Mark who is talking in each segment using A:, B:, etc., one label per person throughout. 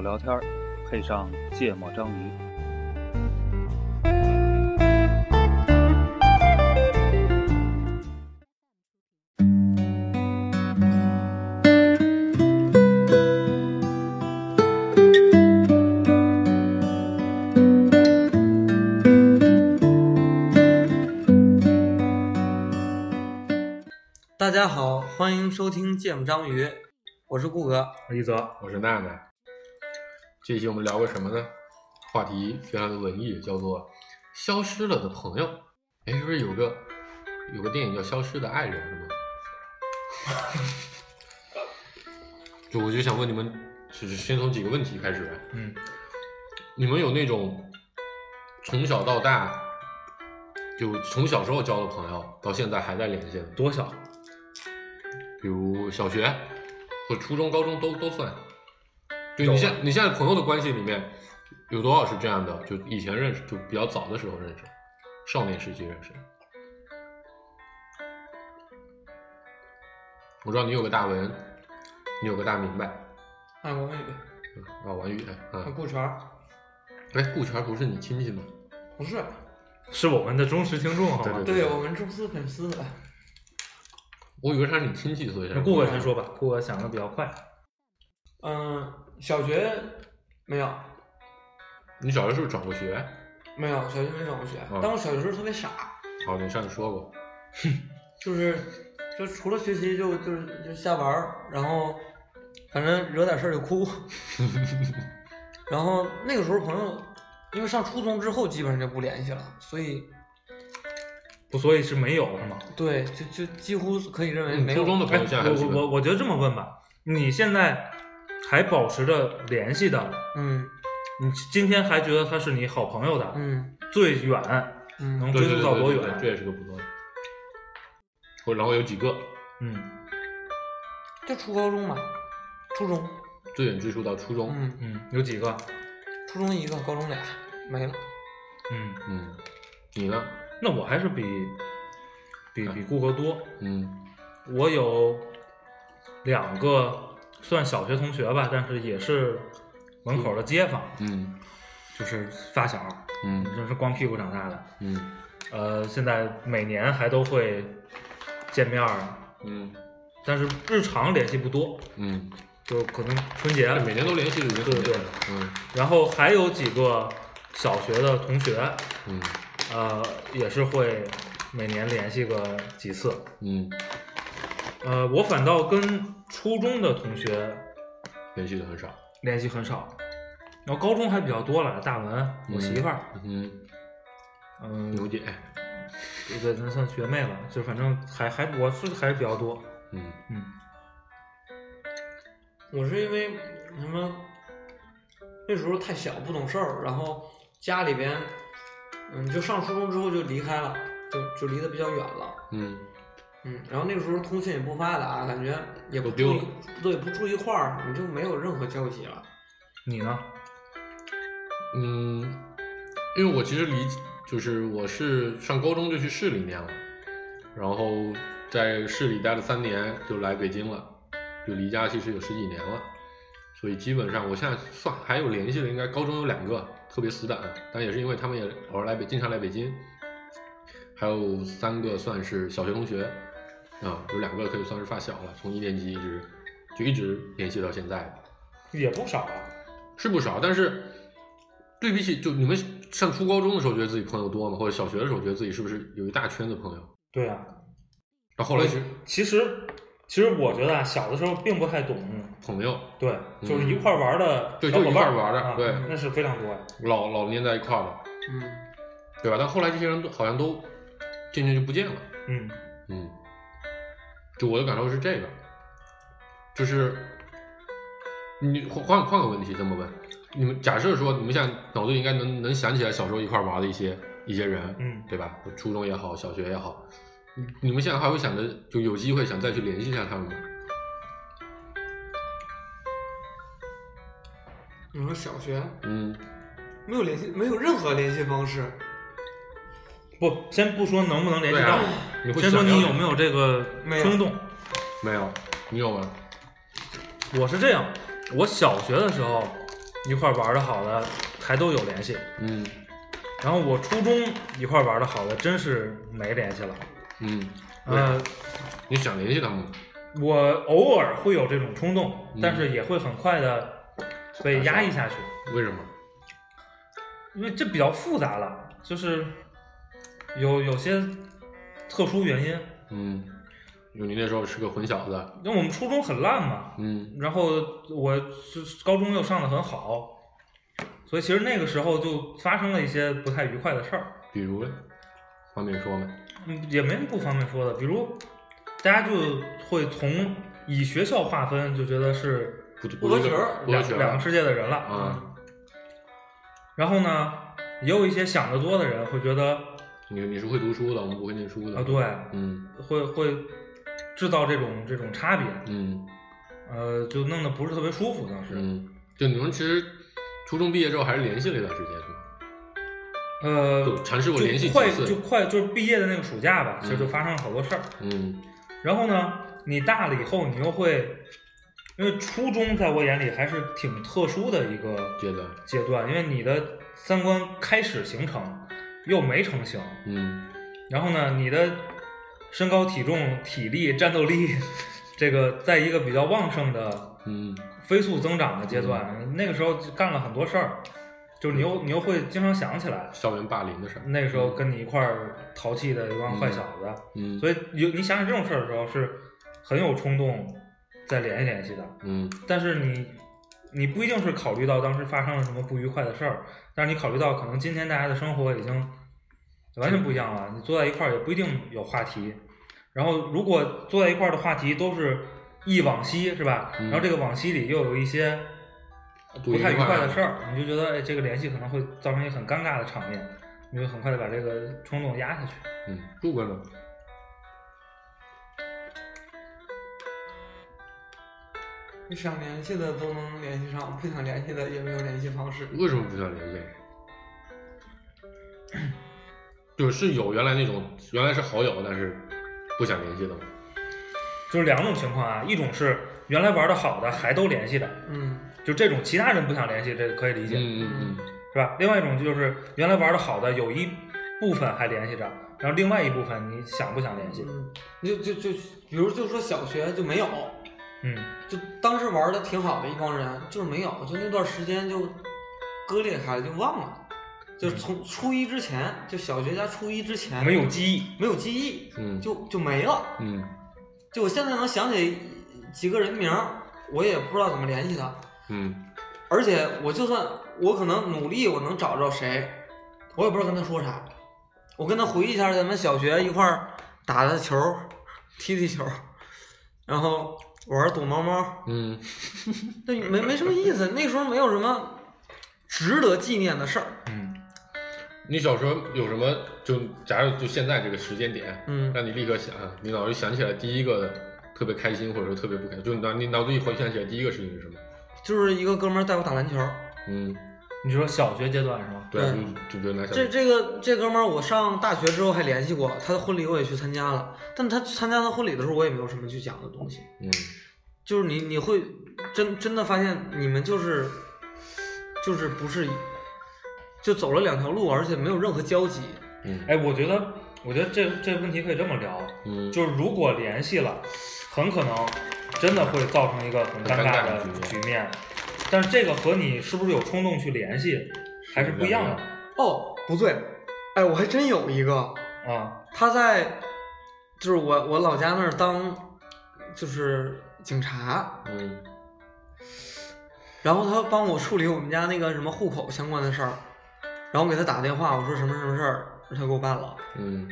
A: 聊天，配上芥末章鱼。
B: 大家好，欢迎收听《芥末章鱼》，我是顾哥。
C: 我是一泽，
D: 我是娜娜。这期我们聊个什么呢？话题非常的文艺，叫做“消失了的朋友”。哎，是不是有个有个电影叫《消失的爱人》是吗？ 就我就想问你们，只是先从几个问题开始。
C: 嗯，
D: 你们有那种从小到大，就从小时候交的朋友，到现在还在联系的，
C: 多小？啊
D: 比如小学或初中、高中都都算。对
C: 有
D: 你
C: 啊
D: 现你现在朋友的关系里面，有多少是这样的？就以前认识，就比较早的时候认识，少年时期认识。我知道你有个大文，你有个大明白，
B: 爱国语，
D: 啊，王宇，啊，
C: 嗯
B: 顾全儿，
D: 哎，顾全不是你亲戚吗？
B: 不是，
C: 是我们的忠实听众，好吗？
D: 对
B: 对我们忠实粉丝的。
D: 我以为他是你亲戚，所以才
C: 那顾哥先说吧，顾哥想的比较快。
B: 嗯，小学没有，
D: 你小时候是不是转过学？
B: 没有，小学没转过学。
D: 嗯
B: 但我小学时候特别傻，
D: 哦，你上次 说过，
B: 就是就除了学习就就是就瞎玩儿，然后反正惹点事儿就哭。然后那个时候朋友，因为上初中之后基本上就不联系了，所以
C: 不，所以是没有是吗？
B: 对就就几乎可以认为
D: 你
B: 没有。
D: 嗯初中的朋
C: 哎
D: 友现在
C: 我
D: 还有几
C: 我
D: 个
C: 我我觉得这么问吧，你现在还保持着联系的，
B: 嗯
C: 你今天还觉得他是你好朋友的，
B: 嗯
C: 最远能
B: 嗯
C: 追溯
D: 对对
C: 到
D: 对
C: 多
D: 对
C: 远？啊
D: 对，这也是个不错的。或然后有几个
C: 嗯
B: 就初高中嘛，初中，
D: 最远追溯到初中，
B: 嗯，
C: 嗯，有几个？
B: 初中一个，高中俩，没了。
C: 嗯，
D: 嗯，你呢？
C: 那我还是比比比顾哥多，
D: 嗯，
C: 我有两个算小学同学吧，但是也是门口的街坊，
D: 嗯，
C: 就是发小，
D: 嗯，
C: 真是光屁股长大的。
D: 嗯，
C: 呃，现在每年还都会见面儿，
D: 嗯，
C: 但是日常联系不多，
D: 嗯，
C: 就可能春节。
D: 哎每年都联系的已经
C: 对
D: 很
C: 对
D: 多了，嗯，
C: 然后还有几个小学的同学，
D: 嗯，
C: 呃，也是会每年联系个几次。
D: 嗯，
C: 呃，我反倒跟初中的同学
D: 联系的很少，
C: 联系很少，然后高中还比较多了，大文，我媳妇儿，
D: 嗯，
C: 嗯，
D: 牛姐，哎
C: 对对，那算学妹了，就反正还还我是还是比较多，
D: 嗯，
C: 嗯，
B: 我是因为什么？那时候太小，不懂事儿，然后家里边，嗯，就上初中之后就离开了，就就离得比较远了，
D: 嗯，
B: 嗯，然后那个时候通讯也不发达，感觉也不
D: 都丢
B: 住一
D: 了
B: 对，不住一块儿，你就没有任何交集了。
C: 你呢？
D: 嗯，因为我其实离就是我是上高中就去市里念了，然后在市里待了三年，就来北京了，就离家其实有十几年了，所以基本上我现在算还有联系的，应该高中有两个特别死党，但也是因为他们也偶尔来北，经常来北京，还有三个算是小学同学，啊、有两个可以算是发小了，从一年级一直就一直联系到现在。
C: 也不少啊，
D: 是不少，但是对比起就你们上初高中的时候，觉得自己朋友多吗？或者小学的时候，觉得自己是不是有一大圈子朋友？
C: 对啊，
D: 到后来其实
C: 其实其实我觉得啊，小的时候并不太懂，
D: 朋友
C: 对，
D: 嗯
C: 就是一块儿玩儿的
D: 对
C: 小伙
D: 就一
C: 伴
D: 块
C: 儿
D: 儿玩儿的
C: 啊
D: 对
C: 那是非常多呀。
D: 老老黏在一块儿了，
B: 嗯，
D: 对吧？但后来这些人都好像都渐渐就不见了。
C: 嗯
D: 嗯，就我的感受是这个，就是你换换个问题这么问，你们假设说你们现在脑子里应该能能想起来小时候一块儿玩的一些一些人，
C: 嗯，
D: 对吧？初中也好，小学也好，你你们现在还会想着就有机会想再去联系一下他们吗？
B: 你说小学
D: 嗯
B: 没有联系，没有任何联系方式，
C: 不，先不说能不能联系
D: 对
C: 到
D: 啊，你会
C: 先说
D: 想要
C: 你有没有这个
B: 没有
C: 冲动。
D: 没有？你有吗？
C: 我是这样，我小学的时候一块儿玩的好的还都有联系。
D: 嗯
C: 然后我初中一块儿玩的好的真是没联系了。
D: 嗯，
C: 呃，
D: 你想联系他们？
C: 我偶尔会有这种冲动
D: 嗯，
C: 但是也会很快的被压抑下去，
D: 为什么？
C: 因为这比较复杂了，就是有有些特殊原因。
D: 嗯，因为你那时候是个混小子。
C: 因为我们初中很烂嘛，
D: 嗯
C: 然后我是高中又上的很好，所以其实那个时候就发生了一些不太愉快的事儿，，
D: 比如呢方便说吗？
C: 嗯，也没什么不方便说的，比如大家就会从以学校划分，就觉得是
D: 不
B: 不
D: 不
B: 合
D: 是
B: 群
D: 个
B: 儿
D: 不合
C: 两
D: 群儿
C: 两个世界的人了，
D: 啊！
C: 然后呢，也有一些想得多的人会觉得
D: 你你是会读书的，我们不会念书的。
C: 啊，对，
D: 嗯
C: 会会制造这种这种差别，
D: 嗯
C: 呃，就弄得不是特别舒服。当时，
D: 嗯，就你们其实初中毕业之后还是联系了一段时间，是吗？
C: 呃，
D: 就尝试过
C: 就
D: 联系
C: 快
D: 几次
C: 就快就是毕业的那个暑假吧，其实就
D: 嗯
C: 发生了好多事儿。
D: 嗯
C: 然后呢，你大了以后，你又会，因为初中在我眼里还是挺特殊的一个
D: 阶段
C: 阶段，因为你的三观开始形成，又没成型，
D: 嗯
C: 然后呢，你的身高、体重、体力、战斗力， 这个在一个比较旺盛的
D: 嗯
C: 飞速增长的阶段，那个时候就干了很多事儿，就是你又你又会经常想起来，
D: 校园霸凌的事儿。
C: 那个时候跟你一块儿淘气的一帮坏小子，
D: 嗯
C: 所以有你想想这种事儿的时候是很有冲动再联系联系的，
D: 嗯
C: 但是你。你不一定是考虑到当时发生了什么不愉快的事儿，但是你考虑到可能今天大家的生活已经完全不一样了，你坐在一块儿也不一定有话题。然后如果坐在一块儿的话题都是忆往昔，是吧？
D: 嗯
C: 然后这个往昔里又有一些不太愉快的事儿，你就觉得哎，这个联系可能会造成一个很尴尬的场面，你就很快的把这个冲动压下去。
D: 嗯，住过呢。
B: 你想联系的都能联系上，不想联系的也没有联系方式。
D: 为什么不想联系？ 就是有原来那种原来是好友，但是不想联系的吗？
C: 就是两种情况啊，一种是原来玩的好的还都联系的，
B: 嗯，
C: 就这种其他人不想联系，这个可以理解。
D: 嗯嗯嗯
C: 是吧？另外一种就是原来玩的好的有一部分还联系着，然后另外一部分你想不想联系？
B: 嗯，就就就，比如就说小学就没有，
C: 嗯，
B: 就当时玩的挺好的一帮人，就是没有，就那段时间就割裂开了，就忘了，就是从初一之前，就小学加初一之前
C: 嗯没有记忆，
B: 没有记忆，
D: 嗯
B: 就就没了。
D: 嗯
B: 就我现在能想起几个人名儿，我也不知道怎么联系他，
D: 嗯
B: 而且我就算我可能努力，我能找着谁，我也不知道跟他说啥。我跟他回忆一下咱们小学一块儿打的球，踢踢球，然后玩躲猫猫，
D: 嗯
B: 那没没什么意思。那时候没有什么值得纪念的事儿。
C: 嗯，
D: 你小时候有什么？就假如就现在这个时间点，
B: 嗯
D: 让你立刻想，啊你脑子里想起来第一个特别开心，或者说特别不开心，就你脑你脑子里回想起来第一个事情是什么？
B: 就是一个哥们儿带我打篮球，
D: 嗯，
C: 你说小学阶段是吗？
D: 对啊，
B: 嗯
D: 就就觉得拿小
B: 这这个这哥们儿我上大学之后还联系过，他的婚礼我也去参加了，但他参加他婚礼的时候我也没有什么去讲的东西。
D: 嗯
B: 就是你你会真真的发现你们就是就是不是就走了两条路，而且没有任何交集。
D: 嗯
C: 哎，我觉得，我觉得这这个问题可以这么聊，
D: 嗯，
C: 就是如果联系了，很可能真的会造成一个很尴
D: 很尴尬
C: 尬
D: 的
C: 的
D: 局
C: 局面，但是这个和你是不是有冲动去联系还是不一样的
B: 哦，不对，哎，我还真有一个，
C: 啊。
B: 他在就是我我老家那儿当就是警察，
D: 嗯
B: 然后他帮我处理我们家那个什么户口相关的事儿，然后我给他打电话，我说什么什么事儿，他给我办了。
D: 嗯，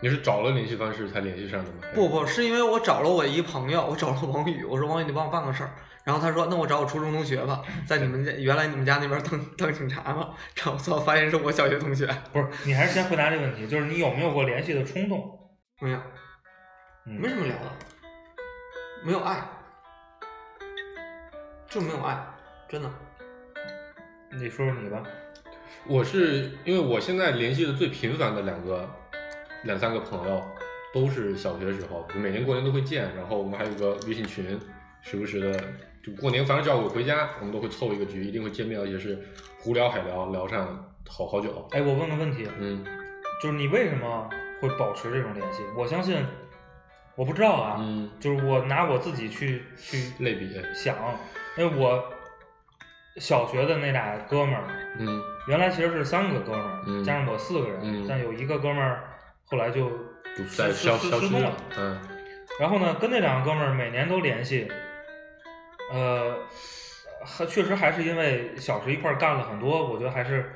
D: 你是找了联系方式才联系上的吗？
B: 不不，是因为我找了我一朋友，我找了王宇，我说王宇，你帮我办个事儿。然后他说，那我找我初中同学吧，在你们家原来你们家那边当当警察嘛。然后最后发现是我小学同学，
C: 不是，你还是先回答这个问题，就是你有没有过联系的冲动？
B: 没有，
C: 嗯
B: 没什么聊的，没有爱，就没有爱，真的。
C: 你说说你吧。
D: 我是因为我现在联系的最频繁的两个两三个朋友，都是小学时候，就每年过年都会见，然后我们还有个微信群，时不时的就过年，反正只要我回家，我们都会凑一个局，一定会见面，而且是胡聊海聊，聊上好好久。
C: 哎，我问个问题，
D: 嗯
C: 就是你为什么会保持这种联系？我相信，我不知道啊，
D: 嗯，
C: 就是我拿我自己去去
D: 类比，
C: 想，因为我小学的那俩哥们儿，
D: 嗯
C: 原来其实是三个哥们儿，
D: 嗯
C: 加上我四个人，
D: 嗯
C: 但有一个哥们儿后来就
D: 就在
C: 失失
D: 消
C: 失
D: 消
C: 失
D: 失
C: 踪
D: 了
C: 了。，
D: 嗯
C: 然后呢，跟那两个哥们儿每年都联系，呃，还确实还是因为小时候一块儿干了很多，我觉得还是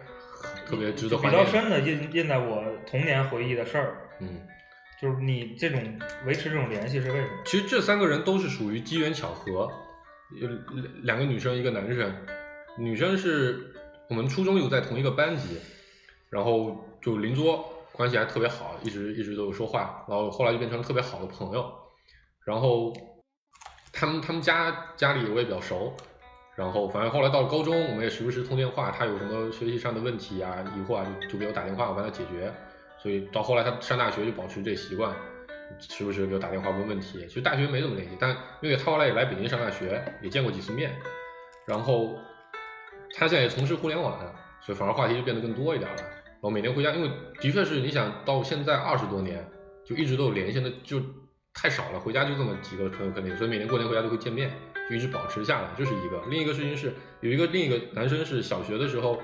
D: 特别值得
C: 就比
D: 怀
C: 较
D: 念
C: 深的印印在我童年回忆的事儿。
D: 嗯。
C: 就是你这种维持这种联系是为什么？
D: 其实这三个人都是属于机缘巧合，有两两个女生一个男生，女生是我们初中有在同一个班级，然后就邻桌，关系还特别好，一直一直都有说话，然后后来就变成特别好的朋友，然后他们他们家家里我也比较熟。然后，反正后来到了高中，我们也时不时通电话。他有什么学习上的问题啊、疑惑啊，就就给我打电话，我帮他解决。所以到后来他上大学就保持这习惯，时不时给我打电话问问题。其实大学没怎么联系，但因为他后来也来北京上大学，也见过几次面。然后他现在也从事互联网了，所以反而话题就变得更多一点了。然后每年回家，因为的确是你想到现在二十多年，就一直都有联系的，就太少了。回家就这么几个朋友肯定，所以每年过年回家都会见面，就一直保持下来，这是一个。另一个事情是有一个另一个男生是小学的时候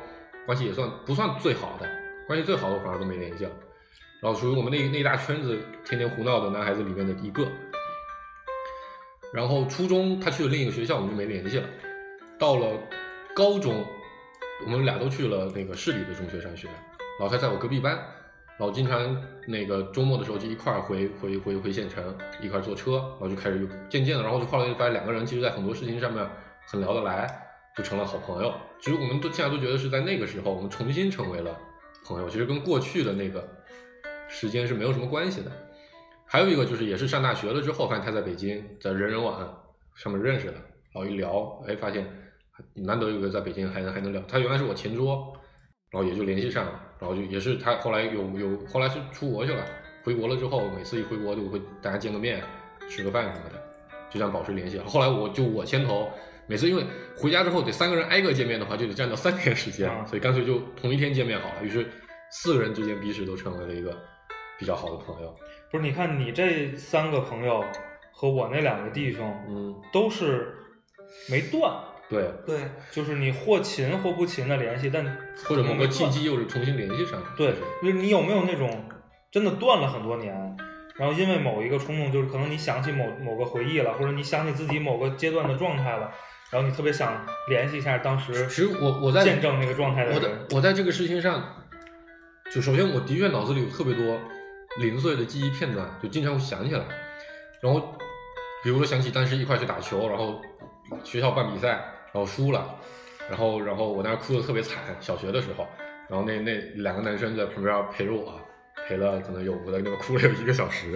D: 关系也算不算最好的，关系最好的我反而都没联系了。然后属于我们那那一大圈子天天胡闹的男孩子里面的一个。然后初中他去了另一个学校，我们就没联系了。到了高中，我们俩都去了那个市里的中学上学，然后他在我隔壁班，老经常那个周末的时候就一块儿回回回回县城，一块儿坐车，然后就开始就渐渐的，然后就后来就发现两个人其实在很多事情上面很聊得来，就成了好朋友。其实我们都现在都觉得是在那个时候，我们重新成为了朋友，其实跟过去的那个时间是没有什么关系的。还有一个就是，也是上大学了之后，发现他在北京，在人人网上面认识的，然后一聊，哎，发现难得有个在北京还能还能聊。他原来是我前桌，然后也就联系上了，然后就也是他后来有有后来是出国去了，回国了之后，每次一回国就会大家见个面，吃个饭什么的，就这样保持联系。后来我就我牵头，每次因为回家之后得三个人挨个见面的话，就得占到三天时间，
C: 啊
D: 所以干脆就同一天见面好了。于是四个人之间彼此都成为了一个比较好的朋友。
C: 不是，你看你这三个朋友和我那两个弟兄
D: 嗯，
C: 都是没断，
D: 对，
B: 对，
C: 就是你或勤或不勤的联系，但
D: 或者某
C: 没
D: 个
C: 断
D: 契机又是重新联系上了。
C: 对，就是你有没有那种真的断了很多年，然后因为某一个冲动，就是可能你想起某某个回忆了，或者你想起自己某个阶段的状态了，然后你特别想联系一下当时
D: 其实我我在
C: 见证那个状态的
D: 我在
C: 人，
D: 我在这个事情上，就首先我的确脑子里有特别多零碎的记忆片段，就经常会想起来。然后比如说想起当时一块去打球，然后学校办比赛，然后输了，然后然后我当时哭的特别惨，小学的时候，然后那那两个男生在旁边陪着我，陪了可能有我在那边哭了有一个小时，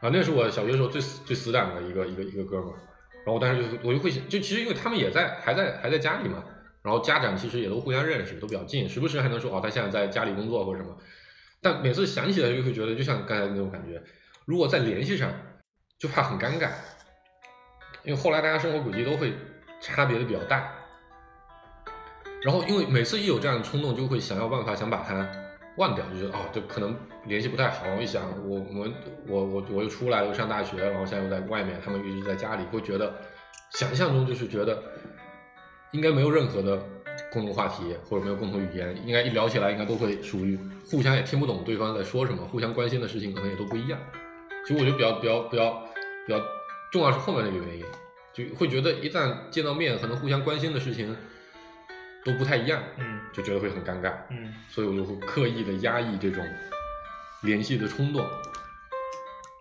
D: 啊，那是我小学时候最死最死党的一个一个一个哥们儿。然后我当时就我就会想，就其实因为他们也在还在还在家里嘛，然后家长其实也都互相认识，都比较近，时不时还能说哦，他现在在家里工作或者什么。但每次想起来就会觉得，就像刚才那种感觉，如果再联系上，就怕很尴尬，因为后来大家生活轨迹都会差别的比较大。然后因为每次一有这样的冲动，就会想要办法想把它忘掉，就觉得哦，这可能联系不太好。我一想，我我们我我我又出来了，又上大学，然后现在又在外面，他们一直在家里，会觉得想象中就是觉得应该没有任何的共同话题或者没有共同语言，应该一聊起来应该都会属于互相也听不懂对方在说什么，互相关心的事情可能也都不一样。其实我觉得比较比较比较比较重要是后面那个原因，就会觉得一旦见到面，可能互相关心的事情都不太一样，
C: 嗯
D: 就觉得会很尴尬，
C: 嗯，
D: 所以我就会刻意的压抑这种联系的冲动。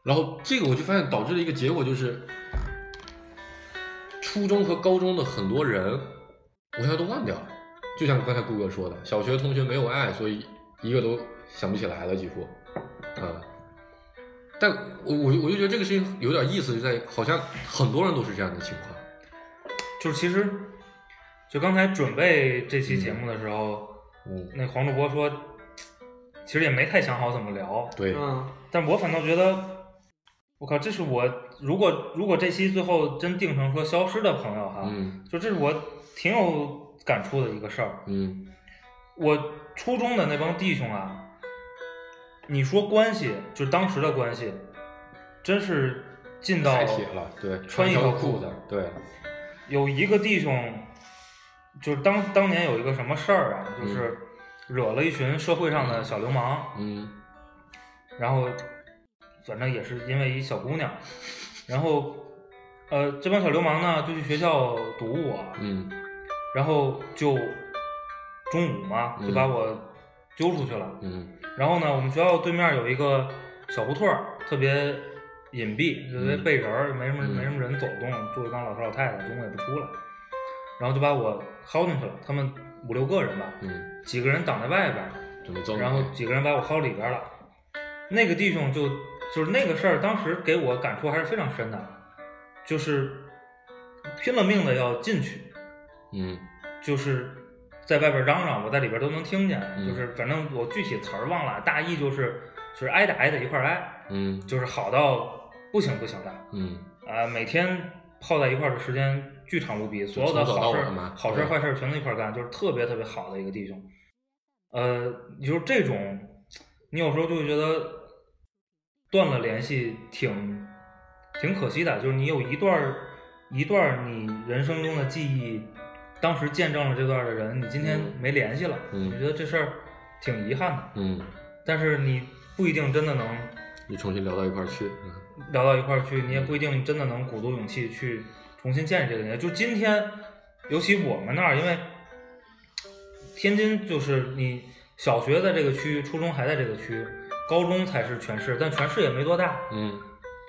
D: 然后这个我就发现导致了一个结果就是，初中和高中的很多人，我现在都忘掉了。就像刚才顾哥说的，小学同学没有爱，所以一个都想不起来了，几乎，啊、但我我我就觉得这个事情有点意思，就在于好像很多人都是这样的情况。
C: 就是其实就刚才准备这期节目的时候，
D: 嗯，
C: 那黄主播说，其实也没太想好怎么聊，
D: 对，
B: 嗯，
C: 但我反倒觉得我靠，这是我如果如果这期最后真定成说消失的朋友哈，
D: 嗯
C: 就这是我挺有感触的一个事儿。
D: 嗯
C: 我初中的那帮弟兄啊，你说关系，就当时的关系，真是近到
D: 嗯太铁了，对，
C: 穿一
D: 条
C: 条裤
D: 子
C: 子，
D: 对，
C: 有一个弟兄，就是当当年有一个什么事儿啊，就是惹了一群社会上的小流氓，
D: 嗯
C: 然后反正也是因为一小姑娘， 然后呃这帮小流氓呢就去学校堵我，
D: 嗯
C: 然后就中午嘛就把我揪出去了，
D: 嗯
C: 然后呢我们学校对面有一个小胡同儿，特别隐蔽，特别
D: 嗯
C: 背人儿，没什么
D: 嗯
C: 没什么人走动，住一帮老头老太太，中午也不出来，然后就把我薅进去了，他们五六个人吧，
D: 嗯，
C: 几个人挡在外边儿，
D: 准备揍你，
C: 然后几个人把我薅里边了。那个弟兄就就是那个事儿，当时给我感触还是非常深的，就是拼了命的要进去，
D: 嗯
C: 就是在外边嚷嚷，我在里边都能听见，
D: 嗯
C: 就是反正我具体词儿忘了，大意就是就是挨打挨打一块儿挨，
D: 嗯
C: 就是好到不行不行的，
D: 嗯
C: 啊、每天泡在一块儿的时间巨长无比，所有的
D: 从早到
C: 好事
D: 晚嘛
C: 儿、好事儿、
D: 对
C: 坏事儿全都一块儿干，就是特别特别好的一个弟兄。呃，你就是这种，你有时候就会觉得断了联系挺挺可惜的，就是你有一段儿一段儿你人生中的记忆，当时见证了这段儿的人，你今天
D: 嗯
C: 没联系了，
D: 嗯
C: 你觉得这事儿挺遗憾的，
D: 嗯，
C: 但是你不一定真的能
D: 又重新聊到一块儿去，嗯
C: 聊到一块儿去，你也不一定真的能鼓足勇气去重新建立这个联系。就今天，尤其我们那儿，因为天津就是你小学在这个区，初中还在这个区，高中才是全市，但全市也没多大。
D: 嗯。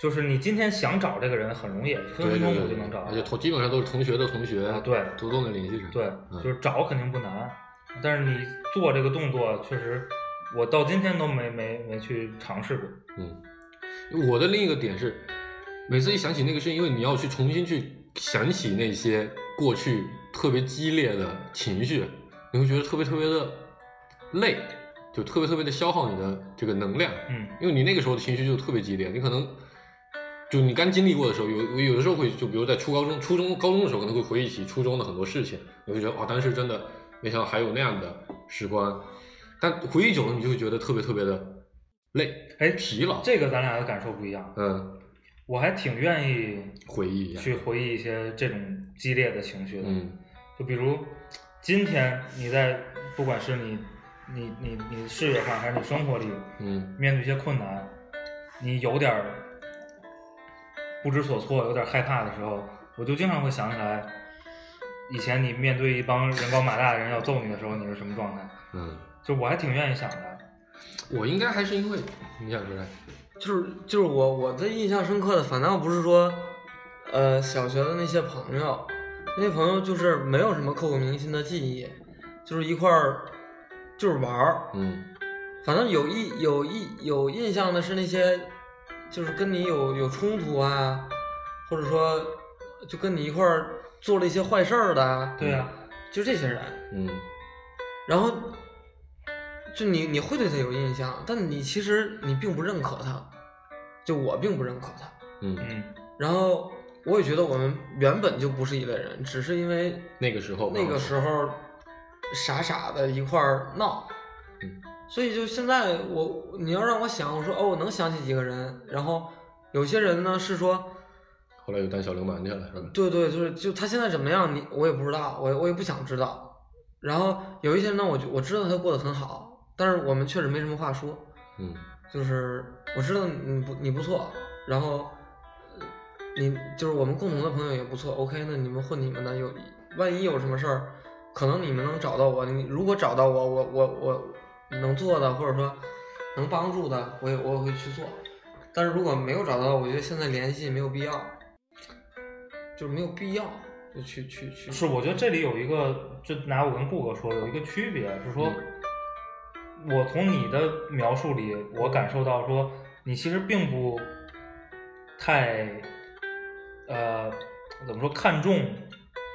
C: 就是你今天想找这个人很容易，分分
D: 对对
C: 钟
D: 对
C: 我就
D: 对，
C: 能找到
D: 而。且同基本上都是同学的同学，
C: 啊对
D: 都都能联系上。
C: 对，
D: 嗯
C: 就是找肯定不难，但是你做这个动作，确实我到今天都没没没去尝试过。
D: 嗯我的另一个点是，每次一想起那个事，因为你要去重新去想起那些过去特别激烈的情绪，你会觉得特别特别的累，就特别特别的消耗你的这个能量，
C: 嗯
D: 因为你那个时候的情绪就特别激烈，你可能。就你刚经历过的时候，有我有的时候会，就比如在初高中、初中、高中的时候，可能会回忆起初中的很多事情，你会觉得哦，当时真的没想到还有那样的时光。但回忆久了，你就会觉得特别特别的累，
C: 哎
D: 疲劳。
C: 这个咱俩的感受不一样，
D: 嗯，
C: 我还挺愿意
D: 回忆一下。
C: 去回忆一些这种激烈的情绪的。
D: 嗯
C: 就比如今天你在不管是你你你你事业上还是你生活里，
D: 嗯
C: 面对一些困难，你有点儿不知所措，有点儿害怕的时候，我就经常会想起来，以前你面对一帮人高马大的人要揍你的时候，你是什么状态？
D: 嗯，
C: 就我还挺愿意想的。
D: 我应该还是因为你想说啥？
B: 就是就是我我的印象深刻的，反倒不是说，呃，小学的那些朋友，那些朋友就是没有什么刻骨铭心的记忆，就是一块儿就是玩儿。
D: 嗯
B: 反正有一有一有印象的是那些，就是跟你有有冲突啊，或者说就跟你一块儿做了一些坏事儿的啊，
C: 对啊，
B: 就这些人。
D: 嗯
B: 然后就你你会对他有印象，但你其实你并不认可他，就我并不认可他。
D: 嗯，
C: 嗯，
B: 然后我也觉得我们原本就不是一类人，只是因为
D: 那个时候，
B: 那个时候傻傻的一块儿闹
D: 嗯。
B: 所以就现在我你要让我想，我说哦，我能想起几个人，然后有些人呢是说。
D: 后来又当小流氓去了，是吧？
B: 对对，就是就他现在怎么样，你我也不知道，我也我也不想知道。然后有一些人呢，我就我知道他过得很好，但是我们确实没什么话说，
D: 嗯
B: 就是我知道你不你不错，然后呃你就是我们共同的朋友也不错，OK，那你们混你们的，有万一有什么事儿，可能你们能找到我，你如果找到我，我我我能做的或者说能帮助的，我也我也会去做。但是如果没有找到，我觉得现在联系没有必要，就是没有必要就去去去。
C: 是，我觉得这里有一个，就拿我跟顾哥说，有一个区别是说，
B: 嗯
C: 我从你的描述里，我感受到说，你其实并不太，呃，怎么说看重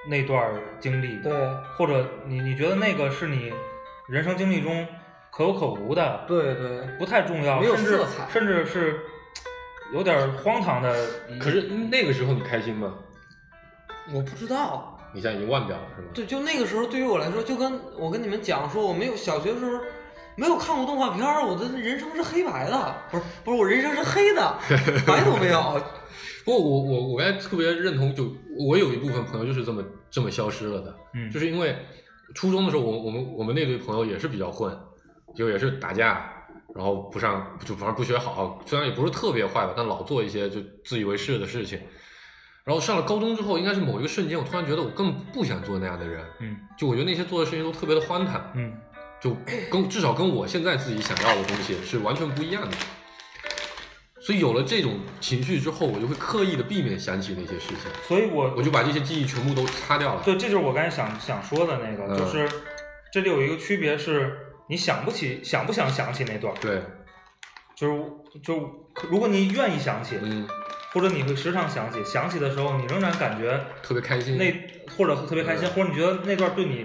C: 那段儿经历，
B: 对
C: 或者你你觉得那个是你人生经历中可有可无的，
B: 对对
C: 不太重要，
B: 没有
C: 甚至
B: 色彩
C: 甚至是有点荒唐的
B: 嗯
C: 一。
D: 可是那个时候你开心吗？
B: 我不知道，
D: 你现在已经忘掉了是吗？
B: 对，就那个时候对于我来说，就跟我跟你们讲说，我没有小学的时候没有看过动画片儿，我的人生是黑白的，不是不是，我人生是黑的，白都没有。
D: 不过我我我刚才特别认同，就我有一部分朋友就是这么这么消失了的，
C: 嗯，
D: 就是因为初中的时候，我我们我们那堆朋友也是比较混，就也是打架，然后不上就反正不学好，虽然也不是特别坏吧，但老做一些就自以为是的事情。然后上了高中之后，应该是某一个瞬间，我突然觉得我根本不想做那样的人，
C: 嗯
D: 就我觉得那些做的事情都特别的荒唐，
C: 嗯
D: 就跟至少跟我现在自己想要的东西是完全不一样的。所以有了这种情绪之后，我就会刻意的避免想起那些事情，
C: 所以我
D: 我就把这些记忆全部都擦掉了。
C: 对，这就是我刚才想想说的那个，
D: 嗯
C: 就是这里有一个区别是，你想不起，想不想想起那段儿，
D: 对，
C: 就是就如果你愿意想起，
D: 嗯，
C: 或者你会时常想起，想起的时候你仍然感觉
D: 特别开心。
C: 那或者特别开心，
D: 嗯
C: 或者你觉得那段对你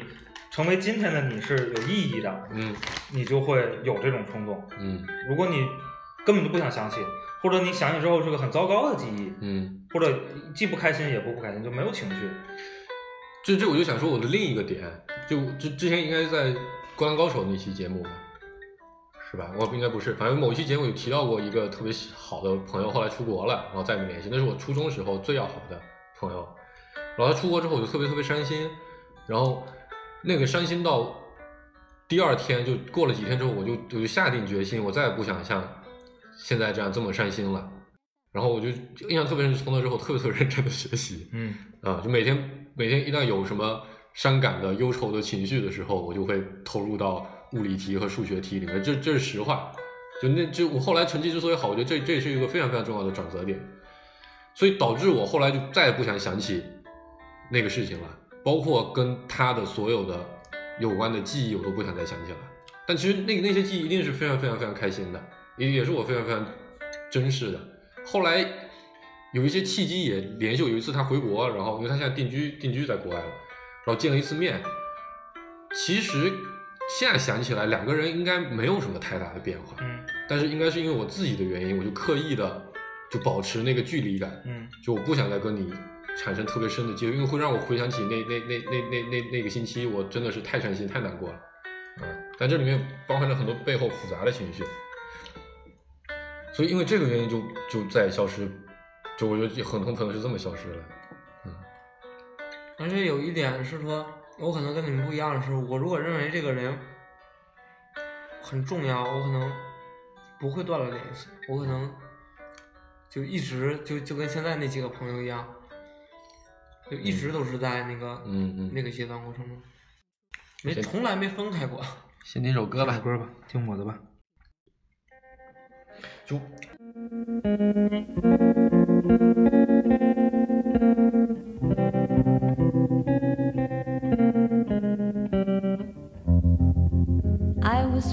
C: 成为今天的你是有意义的，
D: 嗯
C: 你就会有这种冲动。
D: 嗯
C: 如果你根本就不想想起，或者你想起之后是个很糟糕的记忆，
D: 嗯，
C: 或者既不开心也不不开心，就没有情绪。
D: 这这我就想说我的另一个点，就之之前应该在《灌篮高手》那期节目吧，是吧？我应该不是，反正某期节目有提到过一个特别喜好的朋友，后来出国了，然后再没联系。那是我初中时候最要好的朋友，然后他出国之后我就特别特别伤心，然后那个伤心到第二天就过了几天之后，我就我就下定决心，我再也不想像现在这样这么伤心了。然后我就印象特别深，从那之后特别特别认真的学习，
C: 嗯
D: 啊，就每天每天一旦有什么伤感的、忧愁的情绪的时候，我就会投入到物理题和数学题里面，这这是实话。就那这我后来成绩之所以好，我觉得这这也是一个非常非常重要的转折点，所以导致我后来就再也不想想起那个事情了，包括跟他的所有的有关的记忆，我都不想再想起了。但其实那那些记忆一定是非常非常非常开心的，也也是我非常非常珍视的。后来有一些契机也联系我，有一次他回国，然后因为他现在定居定居在国外了，然后见了一次面。其实现在想起来，两个人应该没有什么太大的变化，
C: 嗯
D: 但是应该是因为我自己的原因，我就刻意的就保持那个距离感，
C: 嗯
D: 就我不想再跟你产生特别深的接触，因为会让我回想起那那那那那那那个星期，我真的是太伤心太难过了，嗯，但这里面包含了很多背后复杂的情绪，所以因为这个原因就就再也消失，就我觉得很多朋友是这么消失了，
B: 而且有一点是说，我可能跟你们不一样的是，我如果认为这个人很重要，我可能不会断了联系，我可能就一直就就跟现在那几个朋友一样，就一直都是在那个、
D: 嗯嗯，
B: 那个阶段过程中，没
D: 先
B: 从来没分开过。
D: 先听首歌吧，
C: 歌吧，听我的吧。
D: 就
E: I was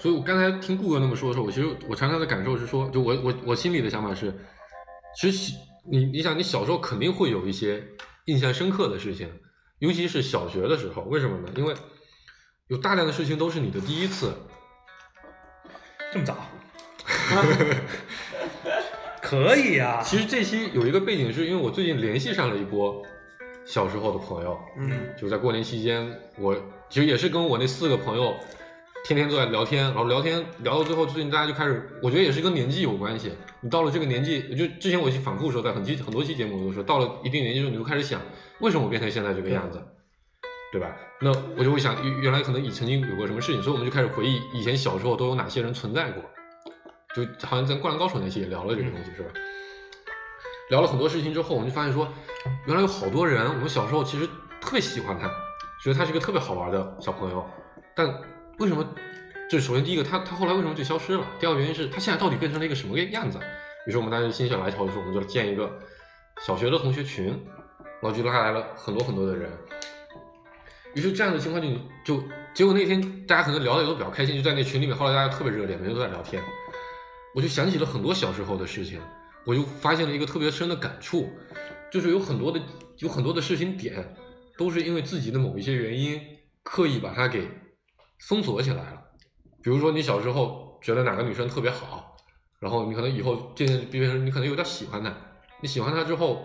D: 所以我刚才听顾哥那么说的时候，我其实我常常的感受是说，就我我我心里的想法是，其实小你你想你小时候肯定会有一些印象深刻的事情，尤其是小学的时候，为什么呢？因为有大量的事情都是你的第一次，
C: 这么早？ 可以啊，
D: 其实这期有一个背景，是因为我最近联系上了一波小时候的朋友，
B: 嗯
D: 就在过年期间，我其实也是跟我那四个朋友天天坐在聊天，然后聊天聊到最后，最近大家就开始，我觉得也是跟年纪有关系。你到了这个年纪，就之前我已经反复说，在很期很多期节目我都说，到了一定年纪之后，你就开始想，为什么我变成现在这个样子，对吧？那我就会想，原原来可能以曾经有过什么事情，所以我们就开始回忆以前小时候都有哪些人存在过。就好像咱《灌篮高手》那期也聊了这个东西，是吧？聊了很多事情之后，我们就发现说，原来有好多人，我们小时候其实特别喜欢他，觉得他是一个特别好玩的小朋友，但为什么？这首先第一个，他他后来为什么就消失了？第二个原因是他现在到底变成了一个什么个样子？于是我们当时心血来潮的时候，我们就建一个小学的同学群，然后就拉来了很多很多的人。于是这样的情况就就结果那天大家可能聊的也都比较开心，就在那群里面，后来大家特别热烈，每天都在聊天。我就想起了很多小时候的事情，我就发现了一个特别深的感触，就是有很多的有很多的事情点，都是因为自己的某一些原因刻意把它给封锁起来了。比如说你小时候觉得哪个女生特别好，然后你可能以后渐渐变成你可能有点喜欢她，你喜欢她之后，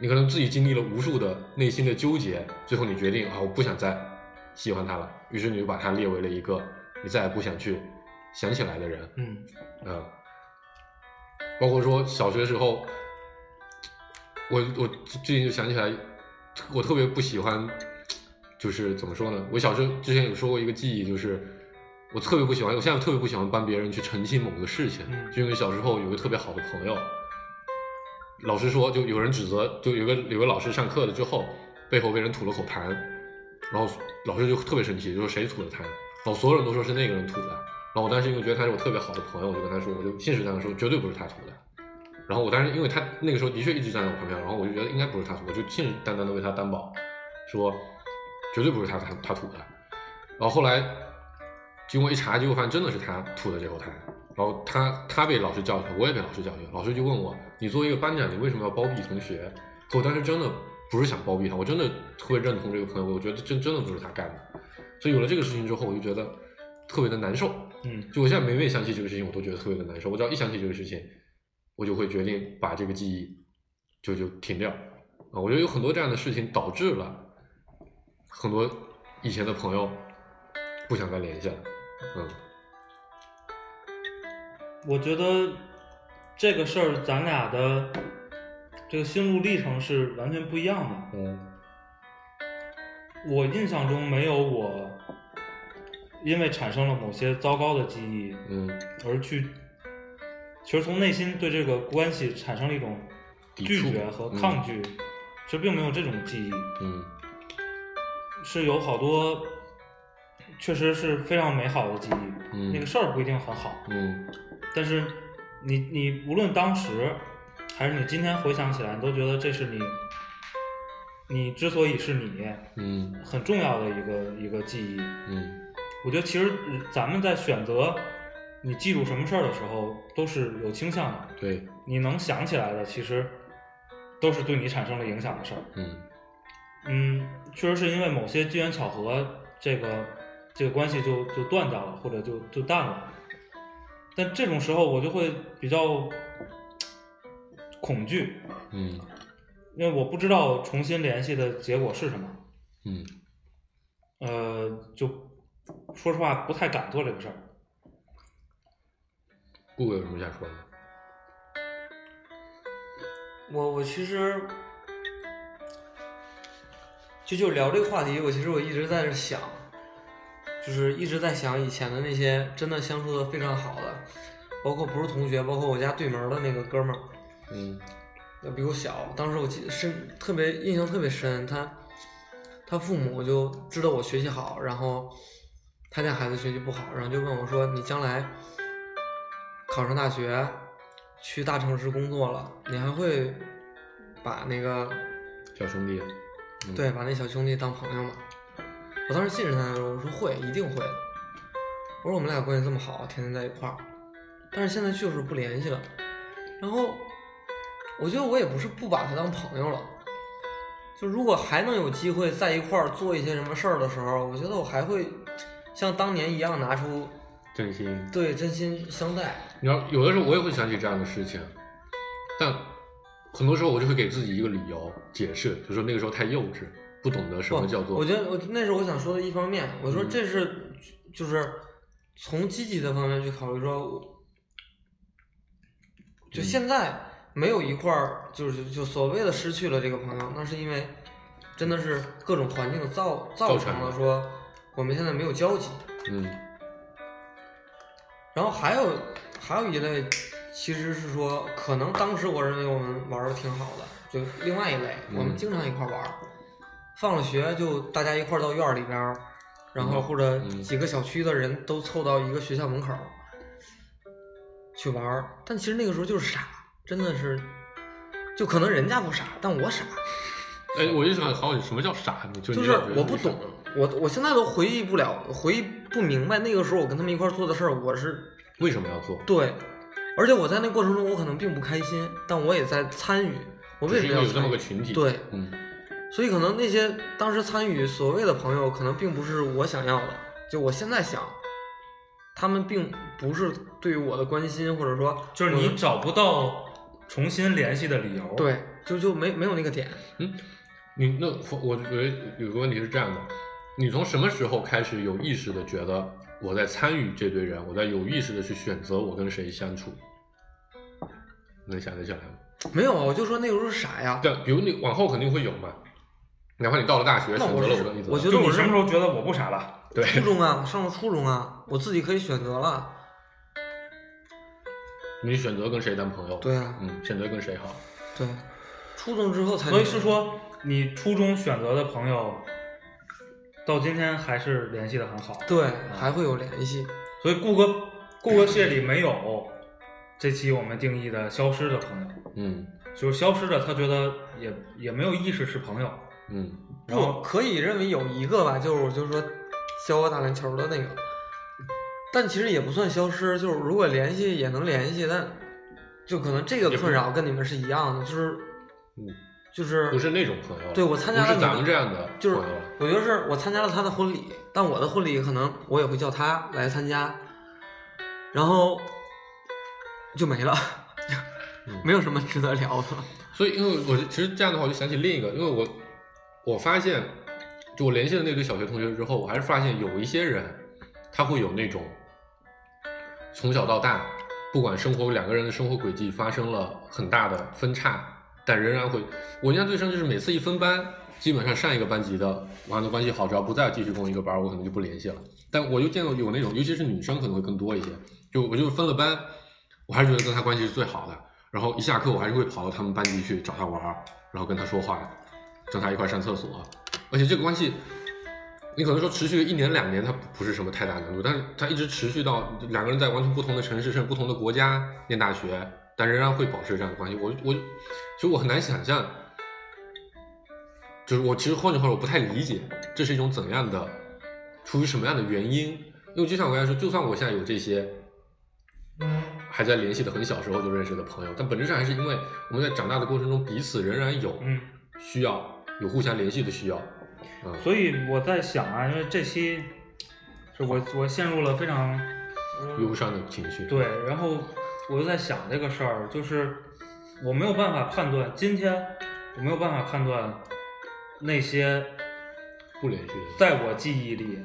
D: 你可能自己经历了无数的内心的纠结，最后你决定啊，我不想再喜欢她了，于是你就把她列为了一个你再也不想去想起来的人。
C: 嗯，
D: 嗯，包括说小学时候，我我最近就想起来，我特别不喜欢，就是怎么说呢？我小时候之前有说过一个记忆，就是我特别不喜欢，我现在特别不喜欢帮别人去澄清某个事情，
C: 嗯
D: 就因为小时候有个特别好的朋友，老师说就有人指责，就有个有个老师上课了之后，背后被人吐了口痰，然后老师就特别生气，就说谁吐的痰，然后所有人都说是那个人吐的。然后我当时因为觉得他是我特别好的朋友，我就跟他说，我就信誓旦旦说绝对不是他涂的。然后我当时因为他那个时候的确一直站在我旁边，然后我就觉得应该不是他涂，我就信誓旦旦的为他担保，说绝对不是他他他涂的。然后后来经过一查，结果发现真的是他吐的这口痰。然后他他被老师教训，我也被老师教训。老师就问我，你作为一个班长，你为什么要包庇同学？可我当时真的不是想包庇他，我真的特别认同这个朋友，我觉得真真的不是他干的。所以有了这个事情之后，我就觉得特别的难受。
C: 嗯，
D: 就我现在每每想起这个事情，我都觉得特别的难受。我只要一想起这个事情，我就会决定把这个记忆就就停掉啊。我觉得有很多这样的事情导致了很多以前的朋友不想再联系了。嗯，
C: 我觉得这个事儿咱俩的这个心路历程是完全不一样的。
D: 嗯
C: 我印象中没有我因为产生了某些糟糕的记忆
D: 嗯，
C: 而去，其实从内心对这个关系产生了一种
D: 抵
C: 拒
D: 触
C: 绝和抗拒，其实并没有这种记忆，
D: 嗯
C: 是有好多确实是非常美好的记忆。
D: 嗯
C: 那个事儿不一定很好，
D: 嗯
C: 但是你你无论当时还是你今天回想起来，你都觉得这是你你之所以是你
D: 嗯
C: 很重要的一个一个记忆。
D: 嗯
C: 我觉得其实呃咱们在选择你记住什么事儿的时候，都是有倾向的。
D: 对，
C: 你能想起来的，其实都是对你产生了影响的事儿。
D: 嗯
C: 嗯，确实是因为某些机缘巧合，这个这个关系就就断掉了，或者就就淡了。但这种时候，我就会比较恐惧，
D: 嗯
C: 因为我不知道重新联系的结果是什么。
D: 嗯
C: 呃，就说实话，不太敢做这个事儿。
D: 顾哥有什么想说的？
B: 我我其实就就聊这个话题，我其实我一直在这想，就是一直在想以前的那些真的相处的非常好的，包括不是同学，包括我家对门儿的那个哥们儿，
D: 嗯
B: 要比我小，当时我记得深特别印象特别深，他他父母就知道我学习好，然后他家孩子学习不好，然后就问我说：“你将来考上大学，去大城市工作了，你还会把那个
D: 小兄弟，嗯
B: 对把那小兄弟当朋友吗？”我当时信誓旦旦地说：“我说会，一定会的。”我说我们俩关系这么好，天天在一块儿，但是现在就是不联系了。然后我觉得我也不是不把他当朋友了，就如果还能有机会在一块儿做一些什么事儿的时候，我觉得我还会像当年一样拿出
D: 真心。
B: 对真心相待。
D: 你要有的时候我也会想起这样的事情，但很多时候我就会给自己一个理由解释，就说那个时候太幼稚，不懂得什么叫做。嗯
B: 我觉得我那是我想说的一方面，我说这是、就是从积极的方面去考虑说，我
D: 嗯
B: 就现在没有一块儿就是就所谓的失去了这个朋友，那是因为真的是各种环境造造
D: 造
B: 成
D: 成
B: 了
D: 的
B: 说我们现在没有交集。
D: 嗯
B: 然后还有还有一类，其实是说，可能当时我认为我们玩的挺好的，就另外一类，
D: 嗯
B: 我们经常一块玩儿，放了学就大家一块儿到院儿里边儿，然后
D: 嗯
B: 或者
D: 嗯
B: 几个小区的人都凑到一个学校门口儿去玩儿，但其实那个时候就是傻，真的是，就可能人家不傻，但我傻，
D: 哎，我就想好奇什么叫傻，你就
B: 就
D: 你
B: 是
D: 老觉得
B: 我
D: 自
B: 不
D: 己傻
B: 懂，我我现在都回忆不了，回忆不明白那个时候我跟他们一块儿做的事儿，我是
D: 为什么要做，
B: 对，而且我在那过程中，我可能并不开心，但我也在参与。我为
D: 只
B: 什
D: 是
B: 么
D: 因为有
B: 要
D: 这么
B: 参
D: 个
B: 与？
D: 群体。
B: 对，
D: 嗯
B: 所以可能那些当时参与所谓的朋友，可能并不是我想要的。就我现在想，他们并不是对于我的关心，或者说
C: 就是你
B: 嗯
C: 找不到重新联系的理由。，
B: 对，就就没没有那个点。
D: 你那我我觉得有个问题是这样的，你从什么时候开始有意识的觉得我在参与这堆人，我在有意识的去选择我跟谁相处？能想得起来吗？
B: 没有啊，我就说那个时候傻呀。
D: 对，比如你往后肯定会有嘛，哪怕你到了大学
B: 那
D: 选
B: 我
D: 择了
B: 是
D: 我跟你走，
B: 我觉得
C: 就
B: 我
C: 你
B: 是
C: 什么时候觉得我不傻了？
D: 对，
B: 初中啊，上了初中啊，我自己可以选择了。
D: 你选择跟谁当朋友，
B: 对啊，
D: 嗯，选择跟谁好，
B: 对，初中之后才。
C: 所以是，说，你初中选择的朋友，到今天还是联系的很好。，
B: 对，还会有联系。
C: 所以顾哥顾哥世界里没有这期我们定义的消失的朋友，
D: 嗯
C: 就是消失的，他觉得也也没有意识是朋友。
D: 嗯，
C: 然后
B: 不可以认为有一个吧，就是我就说教我打篮球的那个，但其实也不算消失，就是如果联系也能联系，但就可能这个
D: 也不
B: 困扰跟你们是一样的，就是
D: 嗯
B: 就是
D: 不是那种朋友了，
B: 对我参加
D: 不是
B: 了你
D: 咱
B: 们
D: 们这样的朋
B: 就是
D: 友了，
B: 我觉得是我参加了他的婚礼，但我的婚礼可能我也会叫他来参加，然后就没了，
D: 嗯
B: 没有什么值得聊的了。
D: 所以因为我其实这样的话，我就想起另一个，因为我我发现，就我联系了那堆小学同学之后，我还是发现有一些人，他会有那种从小到大，不管生活两个人的生活轨迹发生了很大的分岔，但仍然会，我印象最深就是每次一分班。基本上上一个班级的玩的关系好，只要不再继续跟我一个班，我可能就不联系了。但我就见过有那种，尤其是女生可能会更多一些。就我就分了班，我还是觉得跟她关系是最好的。然后一下课我还是会跑到他们班级去找他玩儿，然后跟他说话，跟他一块儿上厕所，而且这个关系，你可能说持续个一年两年，它不不是什么太大难度，但是它一直持续到两个人在完全不同的城市甚至不同的国家念大学，但仍然会保持这样的关系。我我其实我很难想象，就是我其实换句话说，我不太理解这是一种怎样的，出于什么样的原因？因为就像我刚才说，就算我现在有这些还在联系的很小时候就认识的朋友，但本质上还是因为我们在长大的过程中，彼此仍然有
C: 嗯，
D: 需要，有互相联系的需要。嗯，
C: 所以我在想啊，因为这期是我我陷入了非常
D: 忧伤的情绪。，
C: 对，然后我就在想这个事儿，就是我没有办法判断，今天我没有办法判断那些
D: 不联系的。
C: 在我记忆里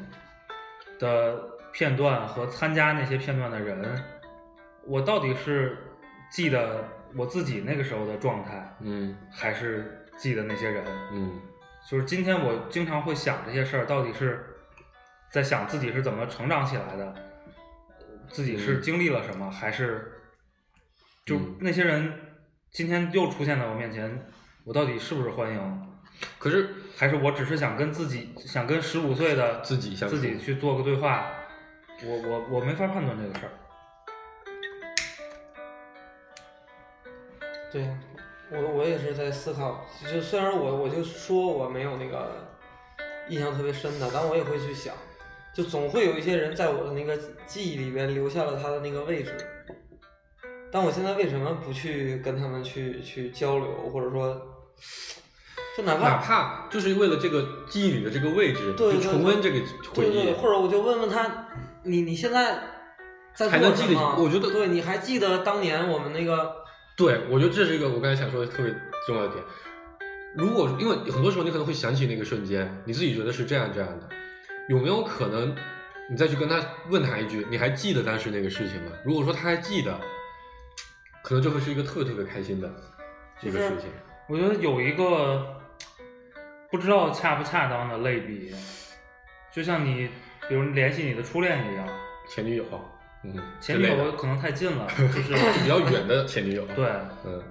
C: 的片段和参加那些片段的人，我到底是记得我自己那个时候的状态，
D: 嗯
C: 还是记得那些人。
D: 嗯
C: 就是今天我经常会想这些事儿，到底是在想自己是怎么成长起来的，自己是经历了什么，还是就
D: 嗯
C: 那些人今天又出现在我面前，我到底是不是欢迎？
D: 可是
C: 还是我只是想跟自己，想跟十五岁的
D: 自己相处
C: 自己去做个对话，我我我没法判断这个事儿。
B: 对，我我也是在思考，就虽然我我就说我没有那个印象特别深的，但我也会去想，就总会有一些人在我的那个记忆里边留下了他的那个位置，但我现在为什么不去跟他们去去交流，或者说，就哪
D: 哪
B: 怕
D: 怕就是为了这个记忆里的这个位置，
B: 对
D: 就重温这个回
B: 对
D: 忆，
B: 对，或者我就问问他，你你现在在
D: 还
B: 做
D: 能
B: 什
D: 记得
B: 么？
D: 我觉得
B: 对，你还记得当年我们那个
D: 对，我觉得这是一个我刚才想说的特别重要的点。如果因为很多时候你可能会想起那个瞬间，你自己觉得是这样这样的，有没有可能你再去跟他问他一句，你还记得当时那个事情吗？如果说他还记得，可能就会是一个特别特别开心的一个事情。
C: 我觉得有一个不知道恰不恰当的类比，就像你，比如联系你的初恋一样，
D: 前女友，嗯，
C: 前女友可能太近 了，就是
D: 比较远的前女友，，
C: 对，
D: 嗯，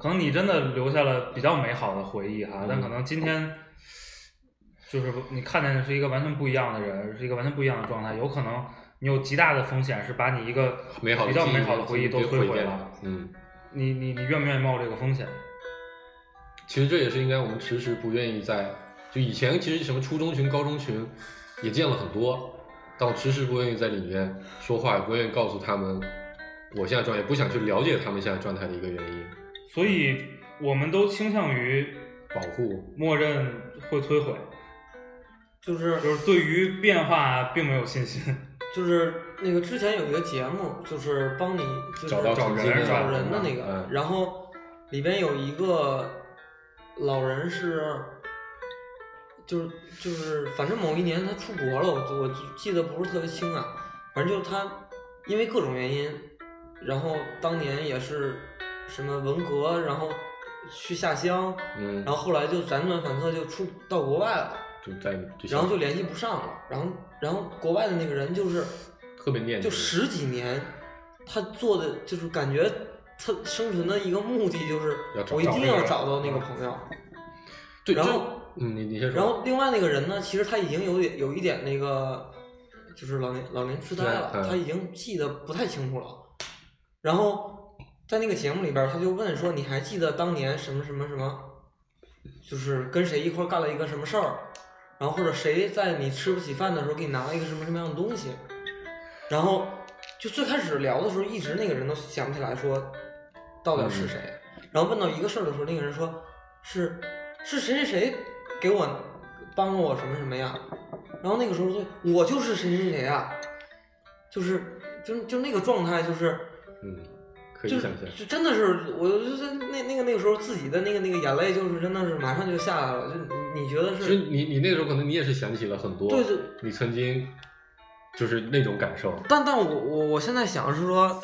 C: 可能你真的留下了比较美好的回忆哈，
D: 嗯
C: 但可能今天就是你看见的是一个完全不一样的人，是一个完全不一样的状态，有可能你有极大的风险是把你一个
D: 美好的
C: 比较
D: 记忆
C: 美好的回忆都
D: 被毁
C: 摧毁
D: 灭
C: 了，
D: 嗯。
C: 你你你愿不愿意冒这个风险？
D: 其实这也是应该我们迟迟不愿意在就以前其实什么初中群、高中群也见了很多，但我迟迟不愿意在里面说话，也不愿意告诉他们我现在状态，也不想去了解他们现在状态的一个原因，
C: 所以我们都倾向于
D: 保护。
C: 默认会摧毁。
B: 就是
C: 就是对于变化并没有信心。
B: 就是那个之前有一个节目，就是帮你就是
D: 找到
B: 找
D: 曾经
B: 人
D: 的
B: 找人的那
D: 嗯
B: 个，然后里边有一个老人是，就是就是反正某一年他出国了，我我记得不是特别清啊，反正就是他因为各种原因，然后当年也是什么文革，然后去下乡，
D: 嗯
B: 然，后后来就辗转反侧就出到国外了，
D: 就在就
B: 然后就联系不上了，然后然后国外的那个人就是。
D: 特别念
B: 就
D: 旧，
B: 十几年，他做的就是感觉他生存的一个目的就是
D: 要找
B: 我一定要找
C: 找
B: 到
C: 到
B: 那
C: 那
D: 嗯
B: 个
C: 个
B: 朋友。
D: 对，
B: 然
D: 就
B: 后
D: 嗯，你你先说，
B: 然后另外那个人呢，其实他已经有点有一点那个，就是老年老年痴呆了，
D: 对嗯
B: 他已经记得不太清楚了。然后在那个节目里边儿，他就问说：“你还记得当年什么什么什么，就是跟谁一块儿干了一个什么事儿？然后或者谁在你吃不起饭的时候给你拿了一个什么什么样的东西？”然后就最开始聊的时候，一直那个人都想不起来说到底是谁。
D: 嗯
B: 然后问到一个事儿的时候，那个人说：“是是谁谁谁给我帮过我什么什么呀？”然后那个时候就我就是谁谁谁呀，就是就就那个状态就是。
D: 嗯，可以
B: 就
D: 想
B: 是
D: 象，
B: 就真的是，我就是那那个那个时候自己的那个那个眼泪，就是真的是马上就下来了。就你你觉得
D: 其实
B: 是
D: 你你那时候可能你也是想起了很多，
B: 对对，
D: 你曾经就是那种感受，
B: 但但我我我现在想是说，